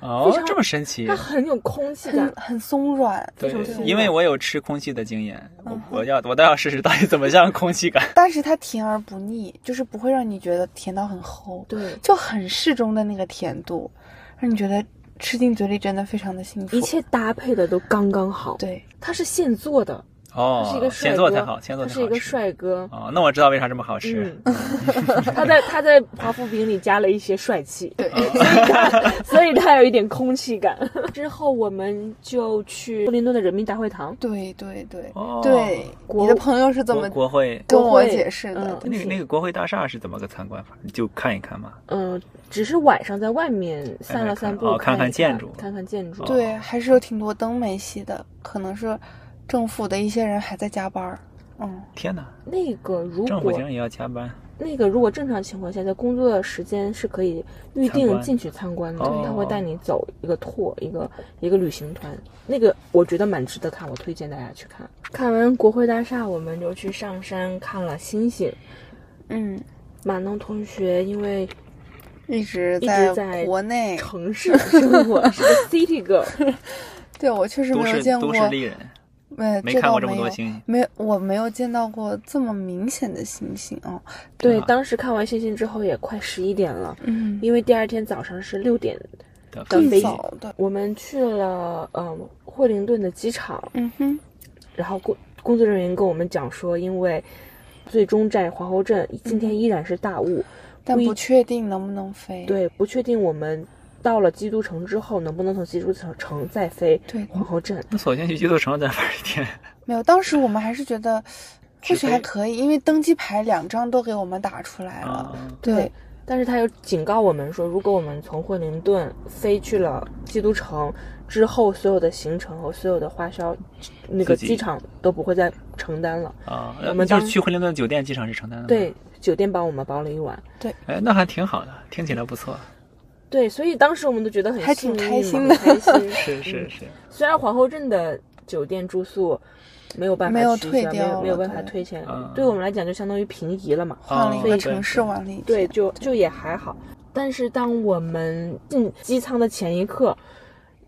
[SPEAKER 2] 非
[SPEAKER 1] 哦
[SPEAKER 2] 常，
[SPEAKER 1] 这么神奇
[SPEAKER 2] 它。很有空气
[SPEAKER 3] 很
[SPEAKER 2] 感。
[SPEAKER 3] 很松软，
[SPEAKER 1] 对
[SPEAKER 2] 非常松，
[SPEAKER 1] 因为
[SPEAKER 2] 软
[SPEAKER 1] 我有吃空气的经验，我
[SPEAKER 2] 嗯
[SPEAKER 1] 我要我倒要试试到底怎么像空气感。
[SPEAKER 3] 但是它甜而不腻，就是不会让你觉得甜到很齁，
[SPEAKER 2] 对，
[SPEAKER 3] 就很适中的那个甜度，让你觉得吃进嘴里真的非常的幸福。
[SPEAKER 2] 一切搭配的都刚刚好。，
[SPEAKER 3] 对，
[SPEAKER 2] 它是现做的， 它是一
[SPEAKER 1] 哦前
[SPEAKER 2] 个，帅
[SPEAKER 1] 座
[SPEAKER 2] 哥，
[SPEAKER 1] 才好，前座
[SPEAKER 2] 它
[SPEAKER 1] 才
[SPEAKER 2] 是一
[SPEAKER 1] 好
[SPEAKER 2] 个
[SPEAKER 1] 吃。
[SPEAKER 2] 帅哥。
[SPEAKER 1] 哦，那我知道为啥这么好吃。
[SPEAKER 2] 嗯，他在他在华夫饼里加了一些帅气，
[SPEAKER 3] 对，
[SPEAKER 2] 所以他有一点空气感。 之后我们就去布林顿的人民大会堂，
[SPEAKER 3] 对，对，对，
[SPEAKER 1] 哦，
[SPEAKER 3] 对，
[SPEAKER 2] 国
[SPEAKER 3] 你的朋友是怎
[SPEAKER 1] 国
[SPEAKER 3] 么
[SPEAKER 1] 国会
[SPEAKER 3] 跟
[SPEAKER 2] 国
[SPEAKER 3] 我
[SPEAKER 2] 会
[SPEAKER 3] 解释的？
[SPEAKER 2] 嗯
[SPEAKER 1] 那个那个国会大厦是怎么个参观法？你就看一看嘛。
[SPEAKER 2] 嗯、只是晚上在外面散了散步，
[SPEAKER 1] 哦看
[SPEAKER 2] 看
[SPEAKER 1] 看
[SPEAKER 2] 一
[SPEAKER 1] 建筑哦
[SPEAKER 2] 看看建筑。
[SPEAKER 3] 对，还是有挺多灯没熄的，可能是政府的一些人还在加班儿。嗯，
[SPEAKER 1] 天哪，
[SPEAKER 2] 那个如
[SPEAKER 1] 政府
[SPEAKER 2] 果
[SPEAKER 1] 竟然也要加班，
[SPEAKER 2] 那个如果正常情况下，在工作时间是可以预
[SPEAKER 1] 参
[SPEAKER 2] 定
[SPEAKER 1] 观
[SPEAKER 2] 进去参观的，
[SPEAKER 1] 哦
[SPEAKER 2] 他会带你走一个 tour，一个一个旅行团，那个我觉得蛮值得看，我推荐大家去看。看完国会大厦，我们就去上山看了星星。
[SPEAKER 3] 嗯，
[SPEAKER 2] 马农同学因为
[SPEAKER 3] 一直
[SPEAKER 2] 一直
[SPEAKER 3] 在
[SPEAKER 2] 在
[SPEAKER 3] 国内，
[SPEAKER 2] 城市生活 是个 city girl，
[SPEAKER 3] 对我确实
[SPEAKER 1] 都
[SPEAKER 3] 没有
[SPEAKER 1] 市
[SPEAKER 3] 见过
[SPEAKER 1] 都，市丽人，
[SPEAKER 3] 没
[SPEAKER 1] 没
[SPEAKER 3] 这
[SPEAKER 1] 看
[SPEAKER 3] 倒
[SPEAKER 1] 过这
[SPEAKER 3] 没
[SPEAKER 1] 么
[SPEAKER 3] 有
[SPEAKER 1] 多。星，
[SPEAKER 3] 没，我没有见到过这么明显的星星哦。
[SPEAKER 2] 对，
[SPEAKER 1] 啊
[SPEAKER 2] 当时看完星星之后也快十一点了，
[SPEAKER 3] 嗯，
[SPEAKER 2] 因为第二天早上是六点，
[SPEAKER 1] 的飞
[SPEAKER 2] 更
[SPEAKER 3] 更
[SPEAKER 1] 机
[SPEAKER 3] 早的，
[SPEAKER 2] 我们去了嗯惠灵顿的机场，
[SPEAKER 3] 嗯哼，
[SPEAKER 2] 然后工工作人员跟我们讲说，因为最终站皇后镇今天依然是大雾，
[SPEAKER 3] 但
[SPEAKER 2] 不一
[SPEAKER 3] 不确定能不能
[SPEAKER 1] 嗯
[SPEAKER 3] 飞。
[SPEAKER 2] 对，不确定我们到了基督城之后能不能从基督城城再飞
[SPEAKER 3] 对
[SPEAKER 2] 皇后镇。
[SPEAKER 1] 那首先去基督城再玩一 天，
[SPEAKER 3] 没有，当时我们还是觉得或
[SPEAKER 1] 直
[SPEAKER 3] 许
[SPEAKER 1] 飞
[SPEAKER 3] 还可以，因为登机牌两张都给我们打出
[SPEAKER 2] 哎
[SPEAKER 3] 来了。
[SPEAKER 1] 啊，
[SPEAKER 3] 对，
[SPEAKER 2] 但是他又警告我们说，如果我们从惠灵顿飞去了基督城之后，所有的行程和所有的花销，那个
[SPEAKER 1] 自己
[SPEAKER 2] 机场都不会再承担了。
[SPEAKER 1] 啊，
[SPEAKER 2] 我
[SPEAKER 1] 那
[SPEAKER 2] 们
[SPEAKER 1] 就是
[SPEAKER 2] 当
[SPEAKER 1] 去惠灵顿酒店机场是承担的吗？
[SPEAKER 2] 对，，酒店帮我们包了一晚。
[SPEAKER 1] 哎，那还挺好的，听起来不错，
[SPEAKER 2] 对，所以当时我们都觉得很
[SPEAKER 3] 还挺
[SPEAKER 2] 幸运
[SPEAKER 3] 开
[SPEAKER 2] 嘛
[SPEAKER 3] 心
[SPEAKER 2] 很
[SPEAKER 3] 的
[SPEAKER 2] 开心。
[SPEAKER 1] 是是是，
[SPEAKER 2] 虽然皇后镇的酒店住宿没有办法
[SPEAKER 3] 没有
[SPEAKER 2] 取消
[SPEAKER 3] 退
[SPEAKER 2] 没
[SPEAKER 3] 掉
[SPEAKER 2] 有
[SPEAKER 3] 了
[SPEAKER 2] 没有办法
[SPEAKER 3] 对
[SPEAKER 2] 退钱
[SPEAKER 1] 嗯，
[SPEAKER 2] 对我们来讲就相当于平移了嘛。
[SPEAKER 3] 换了一
[SPEAKER 1] 哦
[SPEAKER 3] 个
[SPEAKER 1] 对
[SPEAKER 3] 城市，玩了一
[SPEAKER 2] 对，
[SPEAKER 3] 天。
[SPEAKER 2] 就就也还好。但是当我们进机舱的前一刻，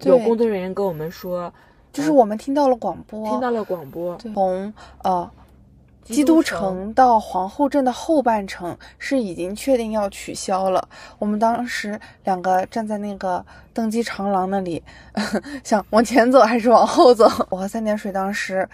[SPEAKER 2] 有
[SPEAKER 3] 对
[SPEAKER 2] 工作人员跟我们说，
[SPEAKER 3] 就是我们听到了广播，
[SPEAKER 2] 听到了广播，
[SPEAKER 3] 对从呃
[SPEAKER 2] 基
[SPEAKER 3] 基
[SPEAKER 2] 督
[SPEAKER 3] 督
[SPEAKER 2] 城
[SPEAKER 3] 城到皇后镇的后半程是已经确定要取消了。我们当时两个站在那个登机长廊那里， 想往前走还是往后走？我和三点水当时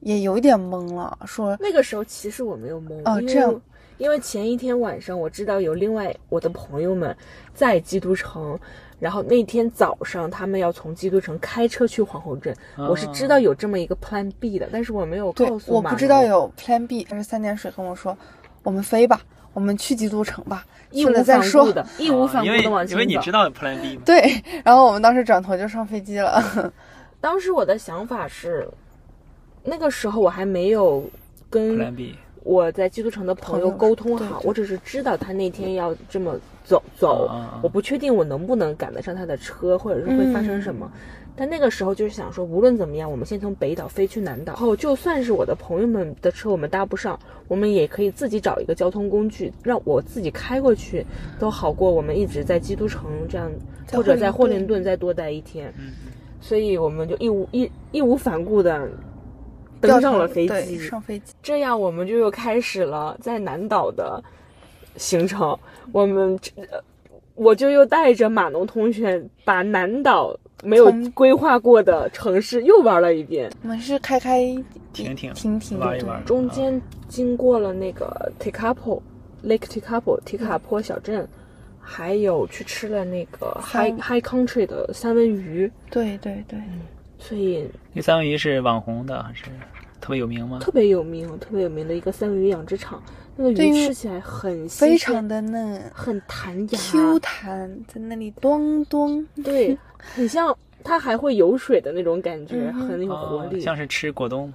[SPEAKER 3] 也有点懵了，说
[SPEAKER 2] 那个时候其实我没有懵，
[SPEAKER 3] 哦
[SPEAKER 2] 因为
[SPEAKER 3] 这样
[SPEAKER 2] 因为前一天晚上我知道有另外我的朋友们在基督城，然后那天早上他们要从基督城开车去皇后镇，
[SPEAKER 1] 嗯啊
[SPEAKER 2] 我是知道有这么一个 Plan B 的，但是我没有
[SPEAKER 3] 对
[SPEAKER 2] 告，诉
[SPEAKER 3] 我
[SPEAKER 2] 马
[SPEAKER 3] 不知
[SPEAKER 2] 龙
[SPEAKER 3] 道有 Plan B。但是三点水跟我说，我们飞吧，我们去基督城吧，
[SPEAKER 2] 义
[SPEAKER 3] 去
[SPEAKER 2] 无
[SPEAKER 3] 了再
[SPEAKER 2] 反顾
[SPEAKER 3] 说。
[SPEAKER 2] 的，义无反
[SPEAKER 1] 啊因
[SPEAKER 2] 顾的往
[SPEAKER 1] 为因为
[SPEAKER 2] 前
[SPEAKER 1] 你
[SPEAKER 2] 走
[SPEAKER 1] 知。道 Plan B 吗？
[SPEAKER 3] 对，然后我们当时转头就上飞机了。
[SPEAKER 2] 当时我的想法是，那个时候我还没有
[SPEAKER 1] Plan
[SPEAKER 2] 跟
[SPEAKER 1] B
[SPEAKER 2] 我在基督城的朋友
[SPEAKER 3] 朋友
[SPEAKER 2] 沟通
[SPEAKER 3] 对
[SPEAKER 2] 好，
[SPEAKER 3] 对
[SPEAKER 2] 我只是知道他那天要这么走走
[SPEAKER 1] 啊啊啊，
[SPEAKER 2] 我不确定我能不能赶得上他的车，或者是会发生什么。但那个时候就是想说，无论怎么样，我们先从北岛飞去南岛，然后就算是我的朋友们的车我们搭不上，我们也可以自己找一个交通工具，让我自己开过去，都好过我们一直在基督城这样，
[SPEAKER 3] 在
[SPEAKER 2] 或者
[SPEAKER 3] 惠
[SPEAKER 2] 在
[SPEAKER 3] 灵
[SPEAKER 2] 霍林
[SPEAKER 3] 顿
[SPEAKER 2] 顿再多待一天。
[SPEAKER 1] 嗯，嗯
[SPEAKER 2] 所以我们就义无义义无反顾的登
[SPEAKER 3] 掉
[SPEAKER 2] 上
[SPEAKER 3] 头
[SPEAKER 2] 了飞
[SPEAKER 3] 对
[SPEAKER 2] 机，
[SPEAKER 3] 上飞机。
[SPEAKER 2] 这样我们就又开始了在南岛的行程。我们这呃我就又带着马农同学把南岛没有
[SPEAKER 3] 从
[SPEAKER 2] 规划过的城市又玩了一遍，
[SPEAKER 3] 我们是开开
[SPEAKER 1] 停停
[SPEAKER 3] 停停
[SPEAKER 1] 玩一
[SPEAKER 3] 对
[SPEAKER 1] 玩
[SPEAKER 2] 中间经过了那个 Tekapo Lake Tekapo 提卡坡小镇。还有去吃了那个 High
[SPEAKER 3] 三
[SPEAKER 2] High Country 的三文鱼，
[SPEAKER 3] 对对对，
[SPEAKER 2] 嗯所以
[SPEAKER 1] 那三文鱼是网红的还是特别有名吗？
[SPEAKER 2] 特别有名、特别有名的一个三文鱼养殖场，那个
[SPEAKER 3] 对
[SPEAKER 2] 鱼
[SPEAKER 3] 因为
[SPEAKER 2] 吃起来很新
[SPEAKER 3] 非
[SPEAKER 2] 鲜
[SPEAKER 3] 常的嫩
[SPEAKER 2] 很弹牙
[SPEAKER 3] ，Q 弹，在那里咚咚。
[SPEAKER 2] 对，很像它还会游水的那种感觉，
[SPEAKER 3] 嗯哼
[SPEAKER 2] 很有活
[SPEAKER 1] 哦
[SPEAKER 2] 力。
[SPEAKER 1] 像是吃果冻，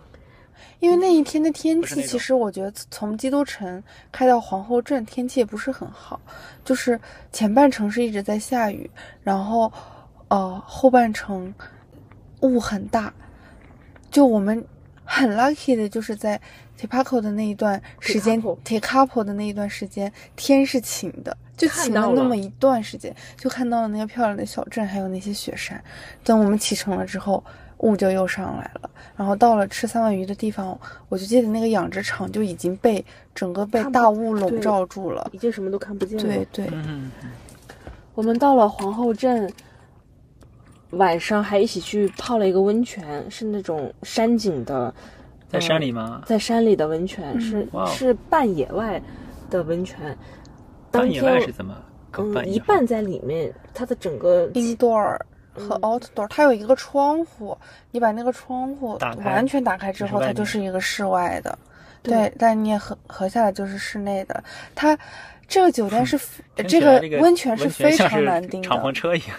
[SPEAKER 3] 因为那一天的天
[SPEAKER 1] 嗯不是那
[SPEAKER 3] 气，
[SPEAKER 1] 种
[SPEAKER 3] 其实我觉得从基督城开到皇后镇，天气也不是很好，就是前半程是一直在下雨，然后呃后半程雾很大，就我们很 lucky 的就是在 Tepaco 的那一段时间
[SPEAKER 2] Tepaco
[SPEAKER 3] ，Tecapo 的那一段时间，天是晴的，就
[SPEAKER 2] 看
[SPEAKER 3] 晴
[SPEAKER 2] 到
[SPEAKER 3] 那
[SPEAKER 2] 了
[SPEAKER 3] 么一段时间，就看到了那个漂亮的小镇，还有那些雪山。等我们启程了之后，雾就又上来了。然后到了吃三文鱼的地方，我就记得那个养殖场就已经被整个被
[SPEAKER 2] 看不
[SPEAKER 3] 大雾笼
[SPEAKER 2] 对
[SPEAKER 3] 罩住了。
[SPEAKER 2] 已经什么都看不见了。
[SPEAKER 3] 对对，
[SPEAKER 1] 嗯，
[SPEAKER 2] 我们到了皇后镇，晚上还一起去泡了一个温泉，是那种山景的，
[SPEAKER 1] 在山里吗？
[SPEAKER 2] 在山里的温泉，
[SPEAKER 3] 嗯
[SPEAKER 2] 是
[SPEAKER 1] 哇哦
[SPEAKER 2] 是半野外的温泉。嗯当
[SPEAKER 1] 半野外
[SPEAKER 2] 天
[SPEAKER 1] 是怎么？
[SPEAKER 2] 嗯，
[SPEAKER 1] 野
[SPEAKER 2] 一
[SPEAKER 1] 外
[SPEAKER 2] 半在里面，它的整个嗯
[SPEAKER 3] indoor 和 outdoor，它有一个窗户，你把那个窗户
[SPEAKER 1] 打开
[SPEAKER 3] 完全打开之
[SPEAKER 1] 就是
[SPEAKER 3] 后，
[SPEAKER 1] 外
[SPEAKER 3] 它
[SPEAKER 1] 面
[SPEAKER 3] 就是一个室外的。
[SPEAKER 2] 对
[SPEAKER 3] 对，但你也合合下来就是室内的。它这个酒店是非呃
[SPEAKER 1] 听
[SPEAKER 3] 这
[SPEAKER 1] 起来
[SPEAKER 3] 个
[SPEAKER 1] 这
[SPEAKER 3] 温泉
[SPEAKER 1] 是
[SPEAKER 3] 是非常难订
[SPEAKER 1] 敞篷
[SPEAKER 3] 的，
[SPEAKER 1] 车一样，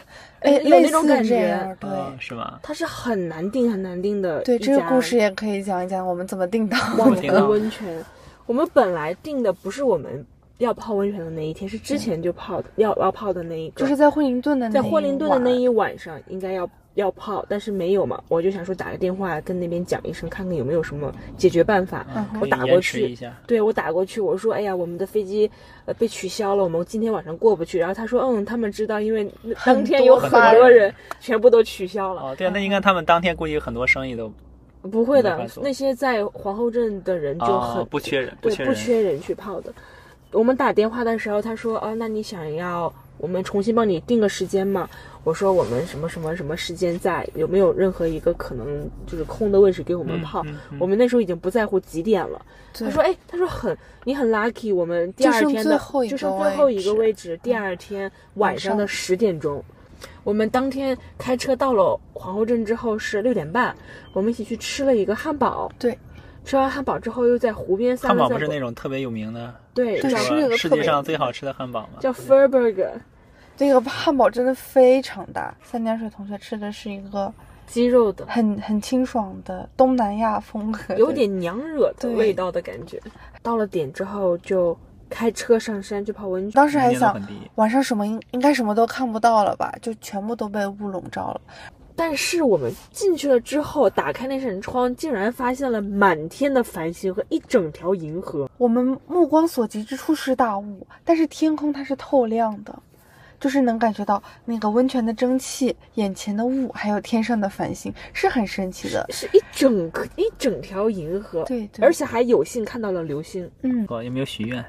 [SPEAKER 3] 哎，
[SPEAKER 2] 有
[SPEAKER 3] 类
[SPEAKER 2] 那种感
[SPEAKER 3] 似这
[SPEAKER 2] 觉
[SPEAKER 3] 样，，对。
[SPEAKER 1] 哦是吗？
[SPEAKER 2] 它是很难定很难定的。
[SPEAKER 3] 对，这个故事也
[SPEAKER 1] 啊
[SPEAKER 3] 可以讲一讲我们怎么订到
[SPEAKER 2] 网
[SPEAKER 1] 我听到
[SPEAKER 2] 红温泉。我们本来定的不是我们要泡温泉的那一天，是之前就泡的，要要泡的那一个，
[SPEAKER 3] 就是在惠灵顿的那
[SPEAKER 2] 在霍林顿的那
[SPEAKER 3] 一
[SPEAKER 2] 一晚上应该要要泡，但是没有嘛，我就想说打个电话跟那边讲一声，看看有没有什么解决办法。
[SPEAKER 3] 晚，嗯
[SPEAKER 1] 可
[SPEAKER 2] 我
[SPEAKER 1] 以
[SPEAKER 2] 打过
[SPEAKER 1] 延迟
[SPEAKER 2] 去
[SPEAKER 1] 一下，
[SPEAKER 2] 对我打过去，我说哎呀，我们的飞机呃被取消了，我们今天晚上过不去。然后他说嗯，他们知道，因为那当天有很
[SPEAKER 1] 很
[SPEAKER 2] 多
[SPEAKER 1] 多
[SPEAKER 2] 人全部都取消了。
[SPEAKER 1] 哦，对啊，那应该他们当天估计很多生意都
[SPEAKER 2] 不会
[SPEAKER 1] 没
[SPEAKER 2] 的
[SPEAKER 1] 法，做
[SPEAKER 2] 那些在皇后镇的人就
[SPEAKER 1] 啊、
[SPEAKER 2] 很
[SPEAKER 1] 不缺人，
[SPEAKER 2] 对，
[SPEAKER 1] 缺
[SPEAKER 2] 不
[SPEAKER 1] 人，
[SPEAKER 2] 缺人去泡的。我们打电话的时候，他说啊，那你想要我们重新帮你定个时间吗？我说我们什么什么什么时间在，有没有任何一个可能就是空的位置给我们
[SPEAKER 1] 嗯
[SPEAKER 2] 泡？
[SPEAKER 1] 嗯嗯
[SPEAKER 2] 我们那时候已经不在乎几点了。
[SPEAKER 3] 对
[SPEAKER 2] 他说哎，他说很你很 lucky，我们第
[SPEAKER 3] 就
[SPEAKER 2] 二
[SPEAKER 3] 剩
[SPEAKER 2] 天
[SPEAKER 3] 最
[SPEAKER 2] 的
[SPEAKER 3] 后一
[SPEAKER 2] 就
[SPEAKER 3] 个
[SPEAKER 2] 剩最后
[SPEAKER 3] 位
[SPEAKER 2] 一个
[SPEAKER 3] 置嗯
[SPEAKER 2] 位置，第二天晚上的
[SPEAKER 3] 晚上
[SPEAKER 2] 十点钟。我们当天开车到了皇后镇之后是六点半，我们一起去吃了一个汉堡。
[SPEAKER 3] 对，
[SPEAKER 2] 吃完汉堡之后又在湖边散
[SPEAKER 1] 汉
[SPEAKER 2] 了
[SPEAKER 1] 堡
[SPEAKER 2] 散
[SPEAKER 1] 不是
[SPEAKER 2] 步
[SPEAKER 1] 那种特别有名的，
[SPEAKER 2] 对，
[SPEAKER 3] 对
[SPEAKER 2] 叫
[SPEAKER 1] 是
[SPEAKER 3] 吃那
[SPEAKER 1] 吧
[SPEAKER 3] 个
[SPEAKER 1] 世
[SPEAKER 3] 特
[SPEAKER 1] 界
[SPEAKER 3] 别
[SPEAKER 1] 上最好吃的汉堡嘛，
[SPEAKER 2] 叫 Furburger
[SPEAKER 3] 那个汉堡真的非常大。三点水同学吃的是一个
[SPEAKER 2] 鸡肉的，
[SPEAKER 3] 很很清爽的东南亚风格，
[SPEAKER 2] 有点娘惹的
[SPEAKER 3] 对
[SPEAKER 2] 味道的感觉。到了点之后就开车上山去泡温泉，
[SPEAKER 3] 当时还
[SPEAKER 1] 人家都
[SPEAKER 3] 想
[SPEAKER 1] 很低。
[SPEAKER 3] 晚上什么应应该什么都看不到了吧，就全部都被雾笼罩了。
[SPEAKER 2] 但是我们进去了之后，打开那扇窗，竟然发现了满天的繁星和一整条银河。
[SPEAKER 3] 我们目光所及之处是大雾，但是天空它是透亮的，就是能感觉到那个温泉的蒸汽、眼前的雾，还有天上的繁星，是很神奇的。
[SPEAKER 2] 是一整个一整条银河，
[SPEAKER 3] 对对，
[SPEAKER 2] 而且还有幸看到了流星，
[SPEAKER 3] 嗯，
[SPEAKER 1] 哇有没有许愿？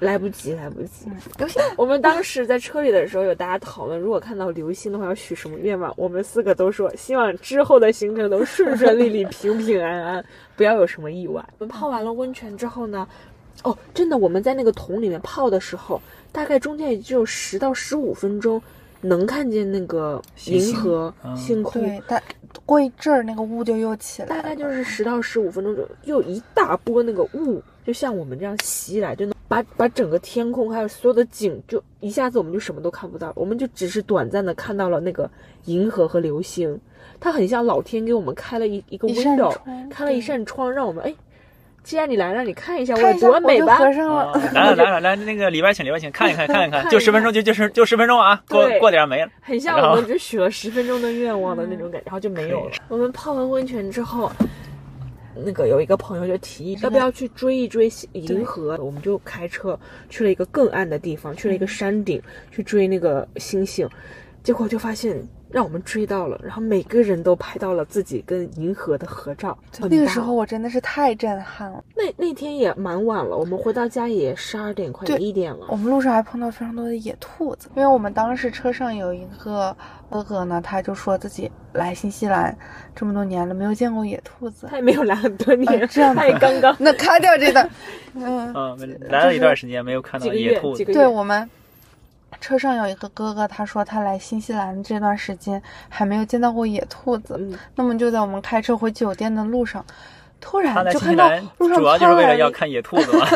[SPEAKER 2] 来不及，来不及。
[SPEAKER 3] 流星
[SPEAKER 2] 我们当时在车里的时候，有大家讨论，如果看到流星的话，要许什么愿望？我们四个都说，希望之后的行程都顺顺利利、平平安安，不要有什么意外。我们泡完了温泉之后呢，哦，真的，我们在那个桶里面泡的时候，大概中间也只有十到十五分钟，能看见那个
[SPEAKER 1] 星
[SPEAKER 2] 银河、
[SPEAKER 1] 嗯
[SPEAKER 2] 星空。
[SPEAKER 3] 对，但过一阵儿那个雾就又起来
[SPEAKER 2] 大
[SPEAKER 3] 了，
[SPEAKER 2] 概就是十到十五分钟，就又一大波那个雾，就像我们这样袭来，就能把把整个天空还有所有的景，就一下子我们就什么都看不到，我们就只是短暂的看到了那个银河和流星，它很像老天给我们开了一一个
[SPEAKER 3] 一扇
[SPEAKER 2] window，
[SPEAKER 3] 窗
[SPEAKER 2] 开了一扇窗，让我们哎，既然你来，让你看一下我
[SPEAKER 3] 看
[SPEAKER 2] 有
[SPEAKER 3] 一下
[SPEAKER 2] 多美
[SPEAKER 3] 我就
[SPEAKER 2] 吧。
[SPEAKER 3] 合上
[SPEAKER 1] 啊
[SPEAKER 3] 了。
[SPEAKER 1] 来了来了来了，那个里边请里边请，看一 看看一看，就十分钟就就十就十分钟啊，过
[SPEAKER 2] 对
[SPEAKER 1] 过点儿没了。
[SPEAKER 2] 很像我们只许了十分钟的愿望的那种感觉，然后就没有了
[SPEAKER 1] 可以。
[SPEAKER 2] 我们泡完温泉之后，那个有一个朋友就提议要不要去追一追银河，我们就开车去了一个更暗的地方，去了
[SPEAKER 3] 嗯
[SPEAKER 2] 一个山顶去追那个星星，结果就发现。让我们追到了，然后每个人都拍到了自己跟银河的合照。很
[SPEAKER 3] 那个
[SPEAKER 2] 大
[SPEAKER 3] 时候，我真的是太震撼了，
[SPEAKER 2] 那那天也蛮晚了，我们回到家也十二点快
[SPEAKER 3] 对哦
[SPEAKER 2] 一点了。
[SPEAKER 3] 我们路上还碰到非常多的野兔子，因为我们当时车上有一个哥哥呢，他就说自己来新西兰这么多年了，没有见过野兔子
[SPEAKER 2] 他，也没有来很多年，
[SPEAKER 3] 啊这样
[SPEAKER 2] 他也
[SPEAKER 3] 子
[SPEAKER 2] 刚刚
[SPEAKER 3] 那卡掉这段，嗯，
[SPEAKER 1] 嗯，来了一段时间没有看到
[SPEAKER 2] 几个
[SPEAKER 1] 野
[SPEAKER 2] 月，
[SPEAKER 1] 兔
[SPEAKER 2] 几
[SPEAKER 1] 子，
[SPEAKER 2] 个月。
[SPEAKER 3] 对我们车上有一个哥哥，他说他来新西兰这段时间还没有见到过野兔子。
[SPEAKER 2] 嗯，
[SPEAKER 3] 那么就在我们开车回酒店的路上，突
[SPEAKER 1] 他
[SPEAKER 3] 然
[SPEAKER 1] 来
[SPEAKER 3] 就
[SPEAKER 1] 新西
[SPEAKER 3] 看到
[SPEAKER 1] 兰
[SPEAKER 3] 路上
[SPEAKER 1] 主要就是
[SPEAKER 3] 窜
[SPEAKER 1] 为
[SPEAKER 3] 来
[SPEAKER 1] 了
[SPEAKER 3] 了
[SPEAKER 1] 要
[SPEAKER 3] 一
[SPEAKER 1] 看野兔子嘛。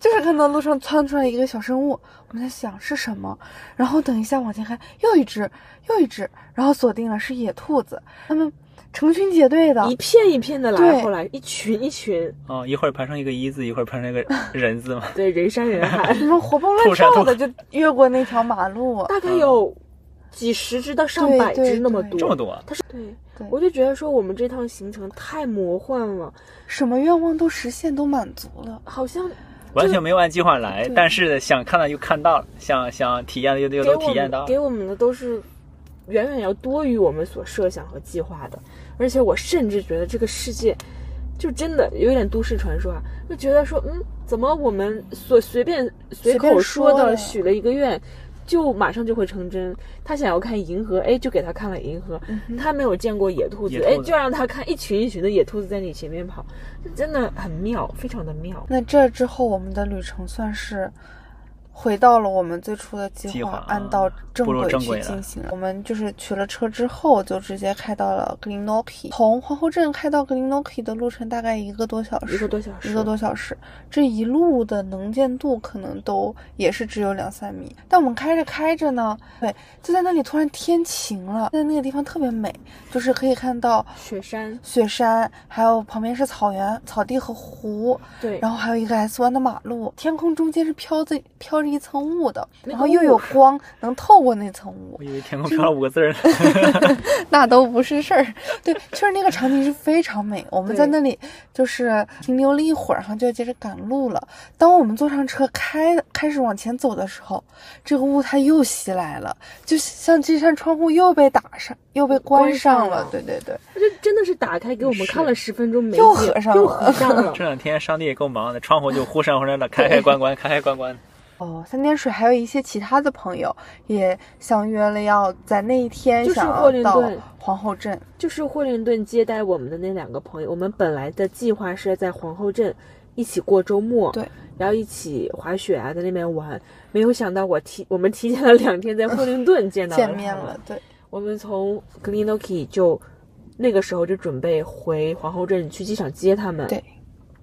[SPEAKER 3] 就是看到路上窜出来一个小生物，我们在想是什么，然后等一下往前看，又一只，又一只，然后锁定了是野兔子，他们成群结队的，
[SPEAKER 2] 一片一片的来，
[SPEAKER 3] 对
[SPEAKER 2] 后来一群一群，
[SPEAKER 1] 哦，一会儿排成一个一字，一会儿排成一个人字 嘛。
[SPEAKER 2] 对，人山人海，
[SPEAKER 3] 你们活蹦乱
[SPEAKER 1] 兔闪兔
[SPEAKER 3] 跳的就越过那条马路，
[SPEAKER 2] 大概有几十只到上百
[SPEAKER 3] 对
[SPEAKER 2] 只
[SPEAKER 3] 对
[SPEAKER 2] 那么
[SPEAKER 3] 对
[SPEAKER 2] 多。
[SPEAKER 1] 这么多，
[SPEAKER 2] 它是对，
[SPEAKER 3] 对
[SPEAKER 2] 我就觉得说我们这趟行程太魔幻了，
[SPEAKER 3] 什么愿望都实现，都满足了。
[SPEAKER 2] 好像
[SPEAKER 1] 完全没有按计划来，
[SPEAKER 3] 对
[SPEAKER 1] 但是想看的又看到了，想想体验的又又
[SPEAKER 2] 给
[SPEAKER 1] 都
[SPEAKER 2] 我
[SPEAKER 1] 体验到
[SPEAKER 2] 们
[SPEAKER 1] 了。
[SPEAKER 2] 给我们的都是远远要多于我们所设想和计划的，而且我甚至觉得这个世界。就真的有点都市传说啊，就觉得说，嗯，怎么我们所随便随
[SPEAKER 3] 随便
[SPEAKER 2] 口说
[SPEAKER 3] 说
[SPEAKER 2] 的
[SPEAKER 3] 的
[SPEAKER 2] 许了一个愿，就马上就会成真？他想要看银河，哎，就给他看了银河；
[SPEAKER 1] 嗯
[SPEAKER 2] 他没有见过野兔子
[SPEAKER 1] 野，兔
[SPEAKER 2] 哎，
[SPEAKER 1] 子
[SPEAKER 2] 就让他看一群一群的野兔子在你前面跑，
[SPEAKER 3] 嗯
[SPEAKER 2] 真的很妙，非常的妙。
[SPEAKER 3] 那这之后，我们的旅程算是回到了我们最初的计
[SPEAKER 1] 计划啊
[SPEAKER 3] 按到正
[SPEAKER 1] 步入
[SPEAKER 3] 轨
[SPEAKER 1] 正轨
[SPEAKER 3] 去
[SPEAKER 1] 了
[SPEAKER 3] 进行了。我们就是取了车之后，就直接开到了格林诺基。从皇后镇开到格林诺基的路程大概一个多小时，
[SPEAKER 2] 一个多小时，
[SPEAKER 3] 一个多小时，这一路的能见度可能都也是只有两三米。但我们开着开着呢，对，就在那里突然天晴了，在那个地方特别美，就是可以看到
[SPEAKER 2] 雪山，
[SPEAKER 3] 雪山，还有旁边是草原、草地和湖，
[SPEAKER 2] 对，
[SPEAKER 3] 然后还有一个 S 弯的马路，天空中间是飘着飘着一层雾的，
[SPEAKER 2] 那
[SPEAKER 3] 然
[SPEAKER 2] 个
[SPEAKER 3] 后又
[SPEAKER 2] 雾
[SPEAKER 3] 有
[SPEAKER 2] 是
[SPEAKER 3] 光能透过那层雾
[SPEAKER 1] 我，以为天空飘了五个字儿呢。
[SPEAKER 3] 那都不是事儿。对，就是那个场景是非常美。我们在
[SPEAKER 2] 对
[SPEAKER 3] 那里就是停留了一会儿，然后就要接着赶路了。当我们坐上车开开始往前走的时候，这个雾它又袭来了，就像这扇窗户又被打上，又被关
[SPEAKER 2] 关上
[SPEAKER 3] 上了。
[SPEAKER 2] 了
[SPEAKER 3] 对对对，
[SPEAKER 2] 这真的是打开给我们看了十分钟没
[SPEAKER 3] 又
[SPEAKER 2] 劲
[SPEAKER 3] 合上
[SPEAKER 2] 又
[SPEAKER 3] 了
[SPEAKER 2] 合上 了，
[SPEAKER 1] 这两天上帝也够忙的，窗户就忽闪忽闪的开开关关，开开关关。
[SPEAKER 3] 哦，三点水还有一些其他的朋友也相约了，要在那一天
[SPEAKER 2] 就是
[SPEAKER 3] 想
[SPEAKER 2] 霍
[SPEAKER 3] 要
[SPEAKER 2] 林
[SPEAKER 3] 到
[SPEAKER 2] 顿
[SPEAKER 3] 皇后镇。
[SPEAKER 2] 就是惠灵顿接待我们的那两个朋友，我们本来的计划是在皇后镇一起过周末，
[SPEAKER 3] 对，
[SPEAKER 2] 然后一起滑雪啊，在那边玩。没有想到我提我们提前了两天在惠灵顿见到
[SPEAKER 3] 见
[SPEAKER 2] 他
[SPEAKER 3] 面
[SPEAKER 2] 们
[SPEAKER 3] 了，对，
[SPEAKER 2] 我们从 g l e n o k i 就那个时候就准备回皇后镇去机场接他们。
[SPEAKER 3] 对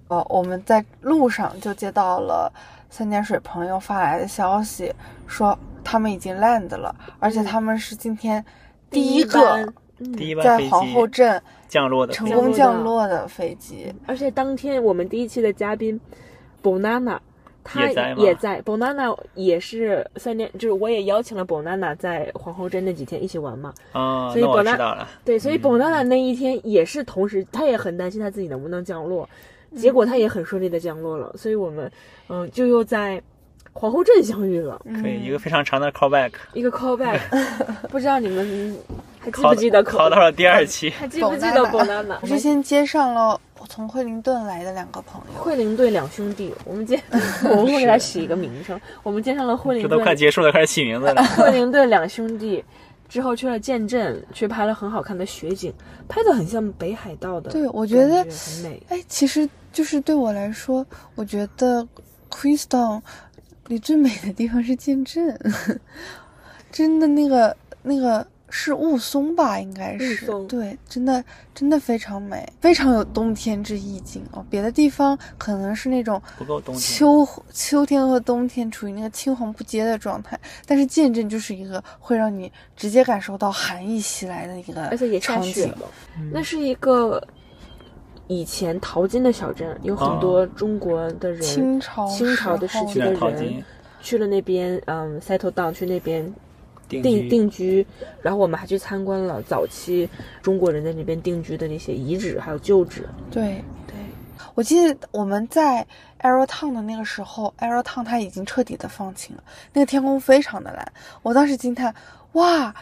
[SPEAKER 3] 哦，我们在路上就接到了三点水朋友发来的消息，说他们已经 land 了，而且他们是今天第
[SPEAKER 2] 一
[SPEAKER 3] 一个
[SPEAKER 2] 班，嗯
[SPEAKER 1] 嗯第一班
[SPEAKER 3] 在
[SPEAKER 1] 飞
[SPEAKER 3] 皇后
[SPEAKER 1] 机
[SPEAKER 3] 镇
[SPEAKER 1] 降落的飞
[SPEAKER 3] 成
[SPEAKER 1] 机，
[SPEAKER 3] 功
[SPEAKER 2] 降
[SPEAKER 3] 降落的飞机。
[SPEAKER 2] 而且当天我们第一期的嘉宾 Bonana，他
[SPEAKER 1] 也在吗
[SPEAKER 2] 也在 Bonana 也是三年，就是我也邀请了 Bonana 在皇后镇那几天一起玩嘛。
[SPEAKER 1] 啊，
[SPEAKER 2] 所以
[SPEAKER 1] 那我
[SPEAKER 2] 本
[SPEAKER 1] 知
[SPEAKER 2] 来
[SPEAKER 1] 道了。
[SPEAKER 2] 对，所以
[SPEAKER 1] 嗯
[SPEAKER 2] Bonana 那一天也是同时，他也很担心他自己能不能降落，结果他也很顺利的降落了。所以我们嗯、就又在皇后镇相遇了，
[SPEAKER 1] 可以，一
[SPEAKER 3] 嗯
[SPEAKER 1] 个非常长的 callback，
[SPEAKER 2] 一个 callback，不知道你们还记不
[SPEAKER 1] call
[SPEAKER 2] 记得
[SPEAKER 1] call 到了第
[SPEAKER 3] 嗯
[SPEAKER 1] 二期。
[SPEAKER 2] 还记不记得
[SPEAKER 3] Bonana
[SPEAKER 2] Bonana？
[SPEAKER 3] 我是先接上了从惠灵顿来的两个朋友，
[SPEAKER 2] 惠灵顿两兄弟，我们见，我们会给他起一个名称。我们见上了惠灵
[SPEAKER 1] 这都
[SPEAKER 2] 顿
[SPEAKER 1] 快结束了，开始起名字了。
[SPEAKER 2] 惠灵顿两兄弟之后去了剑镇，去拍了很好看的雪景，拍的很像北海道的。
[SPEAKER 3] 对我觉得
[SPEAKER 2] 很美。
[SPEAKER 3] 哎，其实就是对我来说，我觉得 Queenstown 里最美的地方是剑镇，真的那个那个是雾凇吧，应该是
[SPEAKER 2] 雾凇
[SPEAKER 3] 对，真的真的非常美，非常有冬天之意境哦。别的地方可能是那种
[SPEAKER 1] 不够冬天，
[SPEAKER 3] 秋秋天和冬天处于那个青黄不接的状态，但是剑镇就是一个会让你直接感受到寒意袭来的一个场景，
[SPEAKER 2] 而且也下雪了。那是一个以前淘金的小镇，有很多中国的人、
[SPEAKER 3] 嗯清朝
[SPEAKER 2] 清朝的时
[SPEAKER 3] 候
[SPEAKER 2] 期
[SPEAKER 1] 去
[SPEAKER 2] 的
[SPEAKER 1] 那
[SPEAKER 2] 人
[SPEAKER 1] 淘金
[SPEAKER 2] 去了那边，嗯，settle down 去那边
[SPEAKER 1] 定
[SPEAKER 2] 定
[SPEAKER 1] 居
[SPEAKER 2] 定居，然后我们还去参观了早期中国人在那边定居的那些遗址还有旧址。
[SPEAKER 3] 对。
[SPEAKER 2] 对，
[SPEAKER 3] 我记得我们在 Arrow Town 的那个时候，Arrow Town 它已经彻底的放晴了，那个天空非常的蓝。我当时惊叹，哇，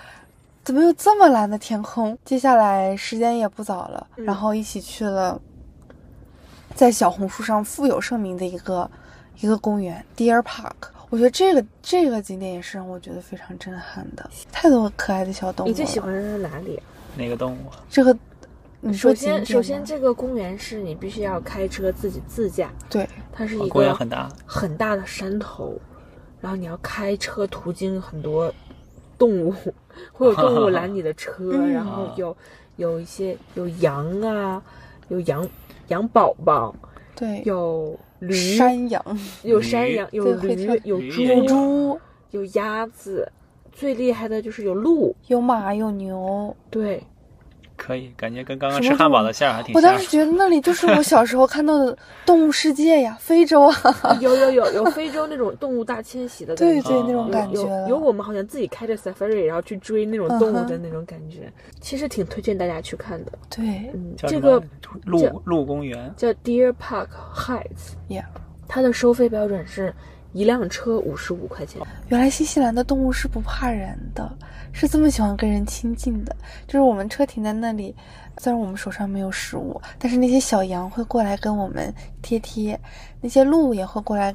[SPEAKER 3] 怎么有这么蓝的天空？接下来时间也不早了，
[SPEAKER 2] 嗯
[SPEAKER 3] 然后一起去了在小红书上富有盛名的一个一个公园 Deer Park。我觉得这个这个景点也是让我觉得非常震撼的，太多可爱的小动物
[SPEAKER 2] 你最喜
[SPEAKER 3] 了。
[SPEAKER 2] 欢的是哪里啊？
[SPEAKER 1] 哪个动物？
[SPEAKER 3] 这个，你说
[SPEAKER 2] 首
[SPEAKER 3] 景点
[SPEAKER 2] 先，首
[SPEAKER 3] 吗
[SPEAKER 2] 先这个公园是你必须要开车自己自驾，
[SPEAKER 3] 对
[SPEAKER 2] 它
[SPEAKER 3] 哦
[SPEAKER 2] 是一
[SPEAKER 1] 啊公园
[SPEAKER 2] 个
[SPEAKER 1] 很大，
[SPEAKER 2] 很大的山头，然后你要开车途经很多动物，会有动物拦你的车，
[SPEAKER 3] 嗯
[SPEAKER 2] 然后有有一些有羊啊，有羊羊宝宝，
[SPEAKER 3] 对，
[SPEAKER 2] 有驴，
[SPEAKER 3] 山羊、
[SPEAKER 2] 有山羊，有
[SPEAKER 3] 对会
[SPEAKER 2] 驴
[SPEAKER 3] 跳，
[SPEAKER 2] 有
[SPEAKER 1] 驴也
[SPEAKER 2] 猪，
[SPEAKER 3] 猪。
[SPEAKER 2] 有鸭子，最厉害的就是有鹿，
[SPEAKER 3] 有马有牛，
[SPEAKER 2] 对，
[SPEAKER 1] 可以，感觉跟刚刚
[SPEAKER 3] 什么
[SPEAKER 1] 吃汉堡的馅儿还挺
[SPEAKER 3] 我当
[SPEAKER 1] 像
[SPEAKER 3] 时。觉得那里就是我小时候看到的《动物世界》呀，非洲啊，
[SPEAKER 2] 有有有有非洲那种动物大迁徙的感
[SPEAKER 3] 对
[SPEAKER 2] 觉。
[SPEAKER 3] 对，那种
[SPEAKER 1] 有
[SPEAKER 3] 感觉
[SPEAKER 2] 有
[SPEAKER 3] 了。嗯
[SPEAKER 2] 有我们好像自己开着 safari，然后去追那种动物的那种感觉，其实挺推荐大家去看的。
[SPEAKER 3] 对，
[SPEAKER 2] 嗯，
[SPEAKER 1] 叫
[SPEAKER 2] 这
[SPEAKER 1] 什么
[SPEAKER 2] 个
[SPEAKER 1] 鹿鹿公园，
[SPEAKER 2] 叫 Deer Park Heights，
[SPEAKER 3] Yeah
[SPEAKER 2] 它的收费标准是一辆车五十五块钱。
[SPEAKER 3] 原来新西兰的动物是不怕人的，是这么喜欢跟人亲近的。就是我们车停在那里，虽然我们手上没有食物，但是那些小羊会过来跟我们贴贴，那些鹿也会过来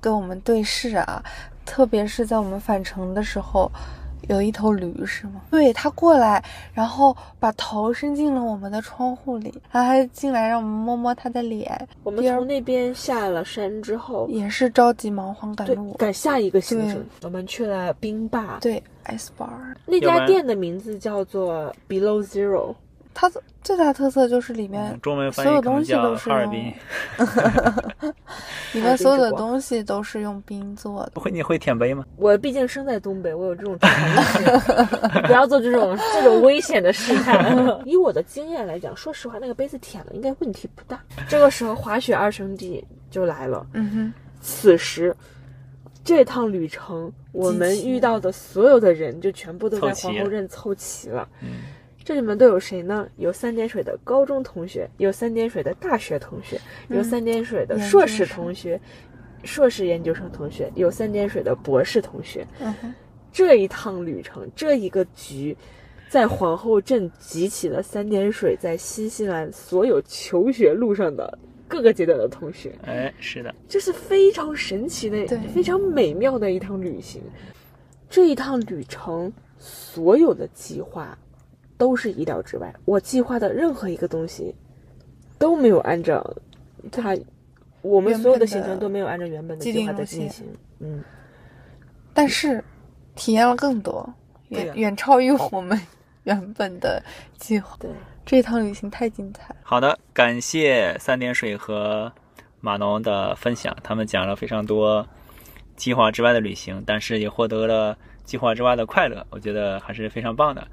[SPEAKER 3] 跟我们对视啊。特别是在我们返程的时候，有一头驴是吗？对，它过来，然后把头伸进了我们的窗户里，然后它进来让我们摸摸它的脸，
[SPEAKER 2] 我们
[SPEAKER 3] 第二
[SPEAKER 2] 从那边下了山之后，
[SPEAKER 3] 也是着急忙慌赶
[SPEAKER 2] 对
[SPEAKER 3] 路，。
[SPEAKER 2] 赶下一个行
[SPEAKER 3] 对
[SPEAKER 2] 程，我们去了冰坝。
[SPEAKER 3] 对，S bar，
[SPEAKER 2] 那
[SPEAKER 1] 要不
[SPEAKER 2] 家
[SPEAKER 1] 然
[SPEAKER 2] 店的名字叫做 Below Zero，
[SPEAKER 3] 它最大特色就是里面
[SPEAKER 1] 嗯中文翻
[SPEAKER 3] 所
[SPEAKER 1] 译
[SPEAKER 3] 有
[SPEAKER 1] 可能
[SPEAKER 3] 东西
[SPEAKER 1] 叫
[SPEAKER 3] 都是
[SPEAKER 1] 哈尔
[SPEAKER 3] 用
[SPEAKER 1] 滨。
[SPEAKER 3] 里
[SPEAKER 2] 哈尔
[SPEAKER 3] 面
[SPEAKER 2] 滨
[SPEAKER 3] 所有
[SPEAKER 2] 之
[SPEAKER 3] 的
[SPEAKER 2] 光
[SPEAKER 3] 东西都是用冰做的。
[SPEAKER 1] 会你会舔杯吗？
[SPEAKER 2] 我毕竟生在东北，我有这种传统 不要做这种这种危险的事态。 以我的经验来讲，说实话，那个杯子舔了应该问题不大。这个时候，滑雪二兄弟就来了。
[SPEAKER 3] 嗯
[SPEAKER 2] 此时，这趟旅程我们
[SPEAKER 3] 集齐
[SPEAKER 2] 遇到的所有的人就全部都在
[SPEAKER 1] 凑齐
[SPEAKER 2] 皇后镇凑齐了。
[SPEAKER 1] 嗯，
[SPEAKER 2] 这里面都有谁呢？有三点水的高中同学，有三点水的大学同学，有
[SPEAKER 3] 嗯
[SPEAKER 2] 三点水的
[SPEAKER 3] 研究
[SPEAKER 2] 硕士
[SPEAKER 3] 生
[SPEAKER 2] 同学，硕士研究生同学，有三点水的博士同学。
[SPEAKER 3] 哼，嗯哼，
[SPEAKER 2] 这一趟旅程，这一个局，在皇后镇集齐了三点水在新西兰所有求学路上的各个阶段的同学，
[SPEAKER 1] 哎，是的，
[SPEAKER 2] 这是非常神奇的
[SPEAKER 3] 对、
[SPEAKER 2] 非常美妙的一趟旅行。这一趟旅程所有的计划都是意料之外，我计划的任何一个东西都没有按照它，我们
[SPEAKER 3] 原
[SPEAKER 2] 所有的
[SPEAKER 3] 本
[SPEAKER 2] 行程
[SPEAKER 3] 的
[SPEAKER 2] 都没有按照原本的
[SPEAKER 3] 既
[SPEAKER 2] 计划
[SPEAKER 3] 定
[SPEAKER 2] 在
[SPEAKER 3] 路
[SPEAKER 2] 进
[SPEAKER 3] 线
[SPEAKER 2] 行。嗯，
[SPEAKER 3] 但是体验了更多，
[SPEAKER 2] 对
[SPEAKER 3] 远
[SPEAKER 2] 呀
[SPEAKER 3] 远超于我们原本的计划。
[SPEAKER 2] 对。
[SPEAKER 3] 这趟旅行太精彩了，
[SPEAKER 1] 好的，感谢三点水和马农的分享，他们讲了非常多计划之外的旅行，但是也获得了计划之外的快乐，我觉得还是非常棒的。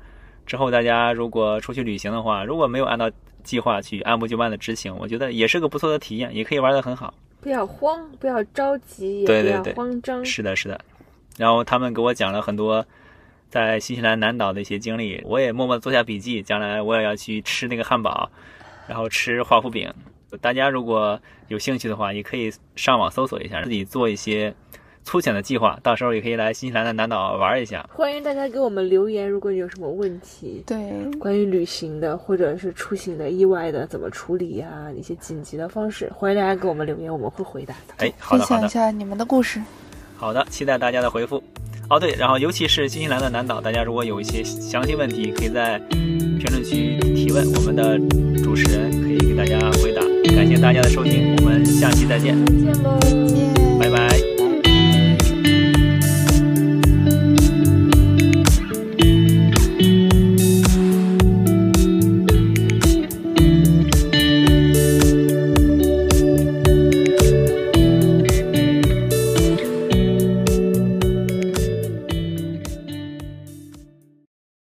[SPEAKER 1] 之后大家如果出去旅行的话，如果没有按照计划去按部就班的执行，我觉得也是个不错的体验，也可以玩得很好。
[SPEAKER 2] 不要慌，不要着急，也
[SPEAKER 1] 对
[SPEAKER 2] 不
[SPEAKER 1] 对
[SPEAKER 2] 要
[SPEAKER 1] 对
[SPEAKER 2] 慌张。
[SPEAKER 1] 是的，是的。然后他们给我讲了很多在新西兰南岛的一些经历，我也默默地做下笔记，将来我也要去吃那个汉堡，然后吃华夫饼。大家如果有兴趣的话，也可以上网搜索一下，自己做一些粗浅的计划，到时候也可以来新西兰的南岛玩一下。
[SPEAKER 2] 欢迎大家给我们留言，如果你有什么问题，
[SPEAKER 3] 对，
[SPEAKER 2] 关于旅行的或者是出行的意外的怎么处理啊，一些紧急的方式，欢迎大家给我们留言，我们会回答的。
[SPEAKER 1] 哎，好
[SPEAKER 3] 分
[SPEAKER 1] 的，好
[SPEAKER 3] 享一
[SPEAKER 1] 的，
[SPEAKER 3] 下你们的故事。
[SPEAKER 1] 好的，期待大家的回复。哦，对，然后尤其是新西兰的南岛，大家如果有一些详细问题，可以在评论区提问，我们的主持人可以给大家回答。感谢大家的收听，我们下期再见，
[SPEAKER 2] 再见喽。
[SPEAKER 3] 耶
[SPEAKER 1] 拜拜。